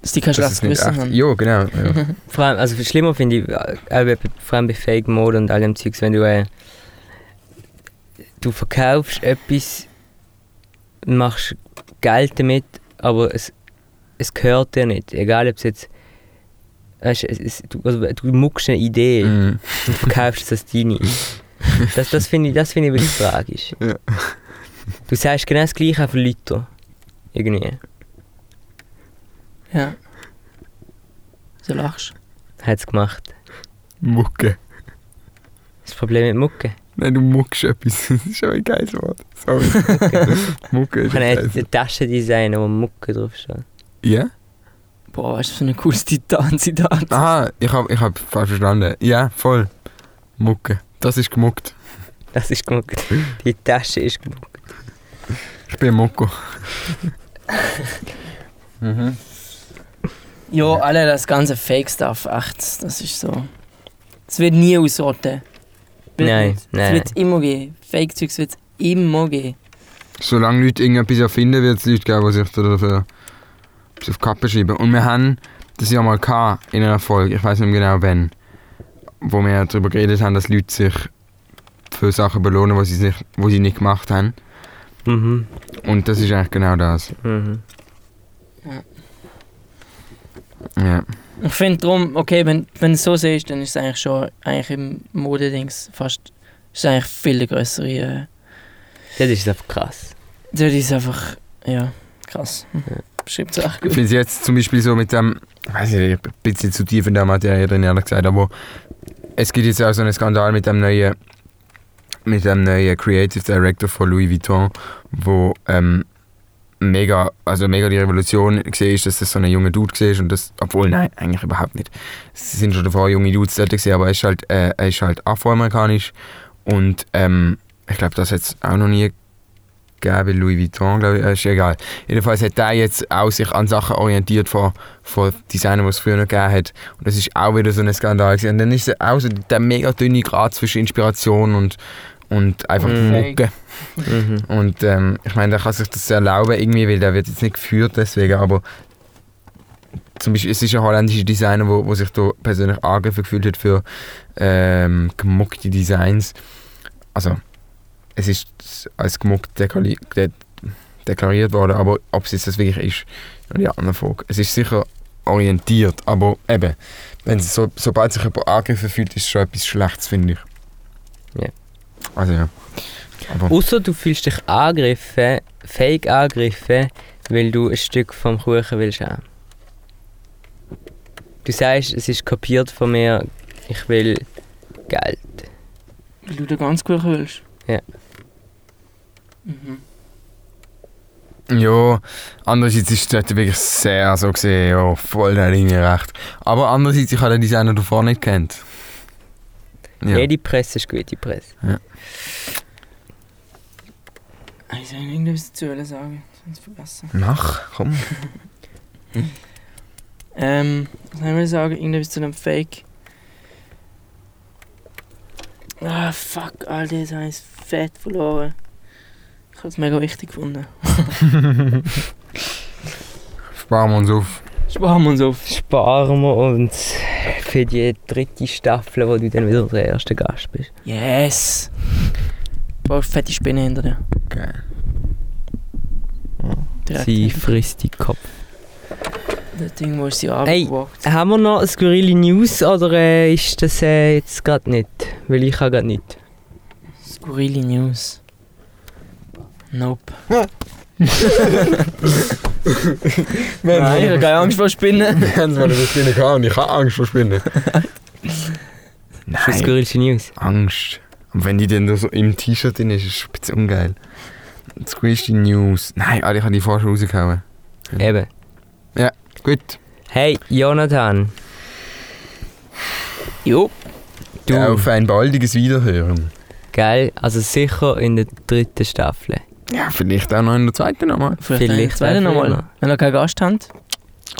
C: Dass die kein
B: dass
C: schlechtes
B: es nicht
C: Gewissen
B: echt
C: haben.
B: Ja, genau.
C: [laughs]
B: Ja.
A: Vor allem, also schlimmer finde ich, äh, eben, vor allem bei Fake Mode und all dem Zeugs, wenn du, äh, du verkaufst etwas, machst Geld damit, aber es, es gehört dir nicht. Egal ob es jetzt, weißt, du, es, es, du, also, du muckst eine Idee
B: Mhm.
A: und verkaufst es als deine. Das, das finde ich, das finde ich wirklich tragisch.
B: Ja.
A: Du sagst genau das gleiche auch für Leute. Irgendwie.
C: Ja. So lachst
A: Hat es gemacht.
B: Mucke.
A: Das Problem mit Mucke.
B: Nein, du muckst etwas. [laughs] Das ist aber ein geiles Wort.
C: [laughs]
B: Sorry. Mucke
A: Ich
B: ist
A: kann
B: ein
A: eine
B: geiles
A: eine Tasche designen, wo Mucke draufsteht.
B: Ja?
C: Boah, weißt du, was für ein cooles Titan-Zitat.
B: Aha, ich habe ich hab falsch verstanden. Ja, voll. Mucke. Das ist gemuckt.
A: [laughs] Das ist Mucke. Die Tasche ist Mucke.
B: Ich bin Mucko.
C: Ja, alle das ganze Fake-Stuff, echt, das ist so. Es wird nie aussorten. Wird
A: Nein,
C: nicht.
A: nein,
C: Es wird immer geben. Fake-Zeugs wird es immer geben.
B: Solange Leute irgendetwas erfinden, wird es Leute geben, die sich da dafür etwas auf die Kappe schreiben. Und wir haben das ja mal gehabt in einer Folge, ich weiß nicht mehr genau wann, wo wir darüber geredet haben, dass Leute sich für Sachen belohnen, die sie nicht, die sie nicht gemacht haben.
A: Mhm.
B: Und das ist eigentlich genau das.
A: Mhm.
B: Ja.
C: Ich finde drum, okay, wenn, wenn du es so siehst, dann ist es eigentlich schon eigentlich im Modedings fast ist es eigentlich viel der größere. Äh,
A: Das ist einfach krass.
C: das ist einfach ja krass.
A: Ja.
C: Beschreibt es auch
B: Ich
C: gut.
B: finde es jetzt zum Beispiel so mit dem, ich weiß nicht, ich bin ein bisschen zu tief in der Materie drin, ehrlich gesagt, aber es gibt jetzt auch so einen Skandal mit dem neuen, mit dem neuen Creative Director von Louis Vuitton, wo ähm, mega, also mega die Revolution gesehen ist, dass das so ein junger Dude war und das, obwohl nein, eigentlich überhaupt nicht. Es sind schon davor junge Dudes dort gewesen, aber er ist halt, äh, er ist halt afroamerikanisch und ähm, ich glaube, das hat es auch noch nie gegeben, Louis Vuitton, glaube ich, äh, ist egal. Jedenfalls hat der jetzt auch sich an Sachen orientiert von, von Designern, die es früher noch gegeben hat. Und das ist auch wieder so ein Skandal. Gewesen. Und dann ist es auch so der mega dünne Grat zwischen Inspiration und, und einfach
A: Mhm.
B: Mucke.
A: Mhm.
B: Und ähm, ich meine, der kann sich das erlauben irgendwie, weil der wird jetzt nicht geführt deswegen, aber zum Beispiel, es ist ein holländischer Designer, wo, wo sich da persönlich angegriffen gefühlt hat für ähm, gemuckte Designs. Also, es ist als gemuckt dekali- de- deklariert worden, aber ob es jetzt das wirklich ist, ja, eine Frage. Es ist sicher orientiert, aber eben, wenn es so, sobald sich jemand angegriffen fühlt, ist es schon etwas Schlechtes, finde ich.
A: Ja.
B: Also ja. Aber,
A: Außer du fühlst dich angegriffen, fake angegriffen, weil du ein Stück vom Kuchen willst haben. Du sagst, es ist kopiert von mir, ich will Geld.
C: Weil du den ganz gut willst.
A: Ja.
C: Mhm.
B: Ja, andererseits ist es dort wirklich sehr so gesehen, ja, voll der Linie recht. Aber andererseits, ich habe den Designer davor nicht kennt. Ja.
A: Jede Presse ist gute Presse.
C: Ah, Ich soll irgendwas zu sagen. Das hab's vergessen.
B: Mach, komm.
C: Ähm, was soll ich sagen? Irgendwas zu einem Fake. Ah, fuck, Alter, jetzt habe ich fett verloren. Ich habe es mega wichtig gefunden.
B: Sparen wir uns auf.
C: Sparen wir uns auf.
A: Sparen wir uns für die dritte Staffel, wo du dann wieder unser erster Gast bist.
C: Yes! Du brauchst fette Spinne hinter dir.
B: Geil.
C: Direkt
A: Sie
C: hinter
A: frisst die Kopf.
C: dir. Das Ding, wo ist sie
A: Ey.
C: abgewagt.
A: Haben wir noch skurrile News oder äh, ist das äh, jetzt gerade nicht? Weil ich habe gerade nicht.
C: Skurrile News. [laughs] Nope. Nein, ich habe keine Angst vor Spinnen.
B: [laughs] Wir haben es mal über Spinnen gehabt und ich habe Angst vor Spinnen.
A: Ist das
B: Nein,
A: skurrilste News?
B: Angst. Und wenn die dann da so im T-Shirt drin ist, ist es ein bisschen ungeil. Das ist die News. Nein, Alter, ich habe die vorher rausgehauen.
A: Eben.
B: Gut.
A: Hey, Jonathan,
C: jo.
A: du,
B: Auf ein baldiges Wiederhören.
A: gell? Also sicher in der dritten Staffel.
B: Ja, vielleicht auch noch in der zweiten nochmal.
C: Vielleicht,
A: Vielleicht
C: Vielleicht zweite
A: auch
C: nochmal.
A: früher.
C: Wenn ihr keinen Gast habt,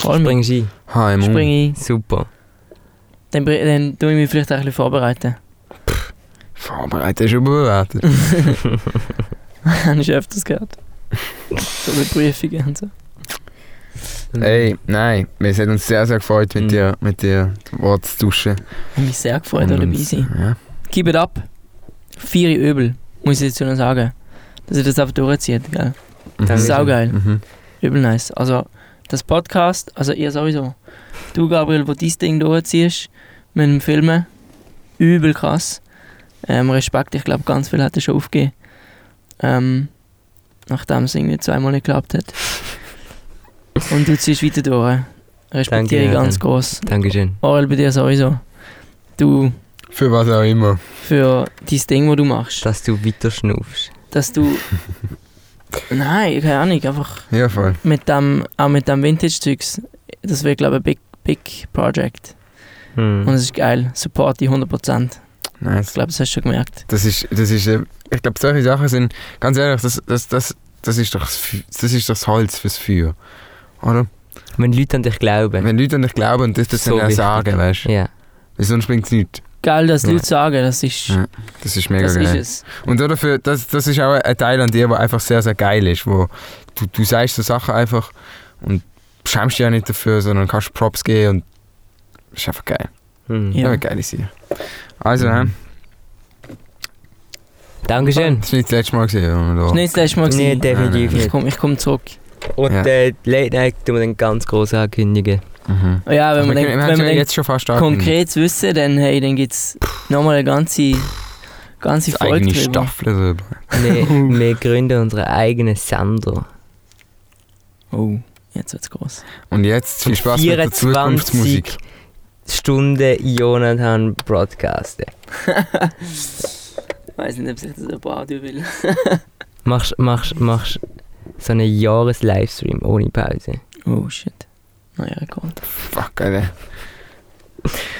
C: call mich.
A: Springst ein.
B: HMU.
C: Springe ich.
A: Super.
C: Dann, bring- dann tue ich mich vielleicht auch ein bisschen
A: [laughs]
C: vorbereiten.
B: Vorbereitet ist überbewertet.
C: Habe ich öfters gehört. so mit Prüfungen und so.
B: Ey, nein, es hat uns sehr, sehr gefreut, mit
A: Mhm.
B: dir, mit dir Wort zu duschen.
C: Und mich sehr gefreut,
B: Und
C: da dabei
B: uns-
C: sein.
B: Ja.
C: Keep it up. Vier Übel, muss ich jetzt schon sagen. Dass ihr das einfach durchzieht, gell?
A: Das
C: ist
B: Mhm.
C: auch geil.
B: Mhm.
C: Übel nice. Also, das Podcast, also ihr sowieso. Du, Gabriel, wo dein Ding durchziehst mit dem Filmen, übel krass. Ähm, Respekt, ich glaube, ganz viel hat er schon aufgegeben. Ähm, nachdem es irgendwie zweimal nicht geklappt hat. Und du ziehst weiter durch. Respektiere ich
A: Danke,
C: ganz
A: Nathan.
C: groß.
A: Dankeschön.
C: Orel, bei dir sowieso. Du,
B: Für was auch immer.
C: für dein Ding, das du machst,
A: Dass du weiter schnaufst.
C: dass
A: [laughs]
C: du. Nein, keine Ahnung, einfach.
B: Ja, voll.
C: mit dem, auch mit dem Vintage-Zeugs, das wird, glaube ich, ein big, big Project.
B: Mhm.
A: Hm.
C: Und es ist geil. Support die 100%. Ich
B: Nice.
C: glaube, das hast du schon gemerkt.
B: Das ist, das ist, äh, ich glaube, solche Sachen sind, ganz ehrlich, das, das, das, das, ist, doch das, Fü- das ist doch das Holz fürs Feuer. Oder?
A: Wenn Leute an dich glauben.
B: Wenn Leute an dich glauben und das, das
A: So
B: dann auch
A: wichtig.
B: sagen, weißt du?
A: Ja.
B: Weil Sonst bringt es nichts.
C: Geil, dass
B: Ja.
C: Leute sagen, das ist,
B: Ja, das ist mega
C: das
B: geil.
C: ist es.
B: Und so dafür, das, das ist auch ein Teil an dir, der einfach sehr, sehr geil ist. Wo du, du sagst so Sachen einfach und schämst dich ja nicht dafür, sondern kannst Props geben und das ist einfach geil.
A: Hm.
C: Ja.
B: Ja. Einfach geile Sache. Also,
A: Mhm. Dankeschön.
B: hä? das war nicht das letzte Mal, gewesen, wo wir da
C: Das ist nicht das letzte Mal.
A: Nee,
C: gewesen.
A: definitiv
B: Nein,
C: ich
A: nicht.
C: komme ich komm zurück.
A: Und
B: Ja.
A: äh, die Late Night tun wir dann ganz groß ankündigen.
B: Mhm.
C: Oh Ja, wenn
B: wir können-
C: man denkt,
B: wir haben
C: wenn man
B: ja
C: denkt
B: jetzt schon hm. fast angekündigt.
C: konkret zu wissen, dann, hey, dann gibt es nochmal eine ganze, ganze
B: Das
C: Folge
B: eigene
C: drüber.
B: Staffel drüber. [laughs]
A: Wir,
B: Uh.
A: wir gründen unseren eigenen Sender.
C: Oh, jetzt wird's groß.
B: Und jetzt viel Spaß mit der
A: 24
B: Zukunftsmusik.
A: Stunden Jonathan Broadcasten.
C: Ich [laughs] weiß nicht, ob ich das ein paar will.
A: Machst, machst, machst so einen Jahres-Livestream ohne Pause.
C: Oh, shit. Neuer Rekord.
B: Fuck, Alter.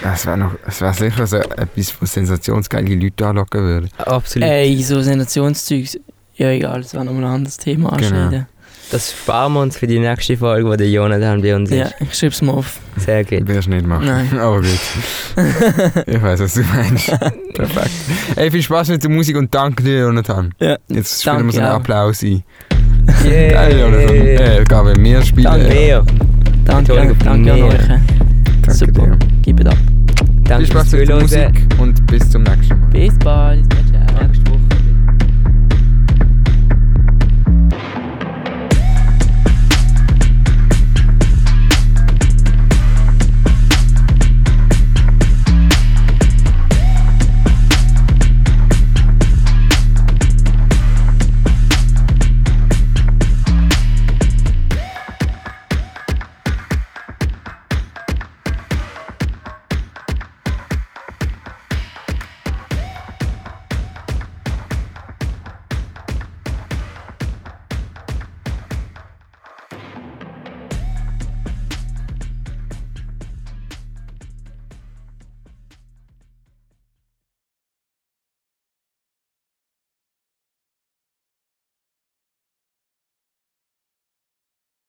B: Das wäre noch, das wäre sicher so etwas, was sensationsgeile Leute anlocken würde.
A: Absolut.
C: Ey, so Sensationszeugs. Ja, egal, das war nochmal ein anderes Thema
B: Genau.
C: anschneiden.
A: Das sparen wir uns für die nächste Folge, wo der Jonathan bei uns
C: Ja,
A: ist.
C: ich schreib's mal auf.
A: Sehr gut.
B: Wirst nicht machen.
C: Nein.
B: Aber gut. Ich weiß, was du meinst. Perfekt. Ey, viel Spaß mit der Musik und danke dir, Jonathan.
C: [laughs] Ja,
B: Jetzt spielen wir so einen
C: Danke auch.
B: Applaus ein.
A: Yeah.
B: Geil, Jonathan. Ey, Gabi, wir spielen.
A: Danke dir.
C: danke,
A: Entschuldigung,
C: danke an
A: mehr.
C: euch.
B: Danke
C: Super.
B: dir.
C: Gebt ab.
A: Danke
B: Viel Spaß
A: fürs
B: mit der
A: Zuhören.
B: Musik und bis zum nächsten Mal.
C: Bis bald. Ciao, ciao.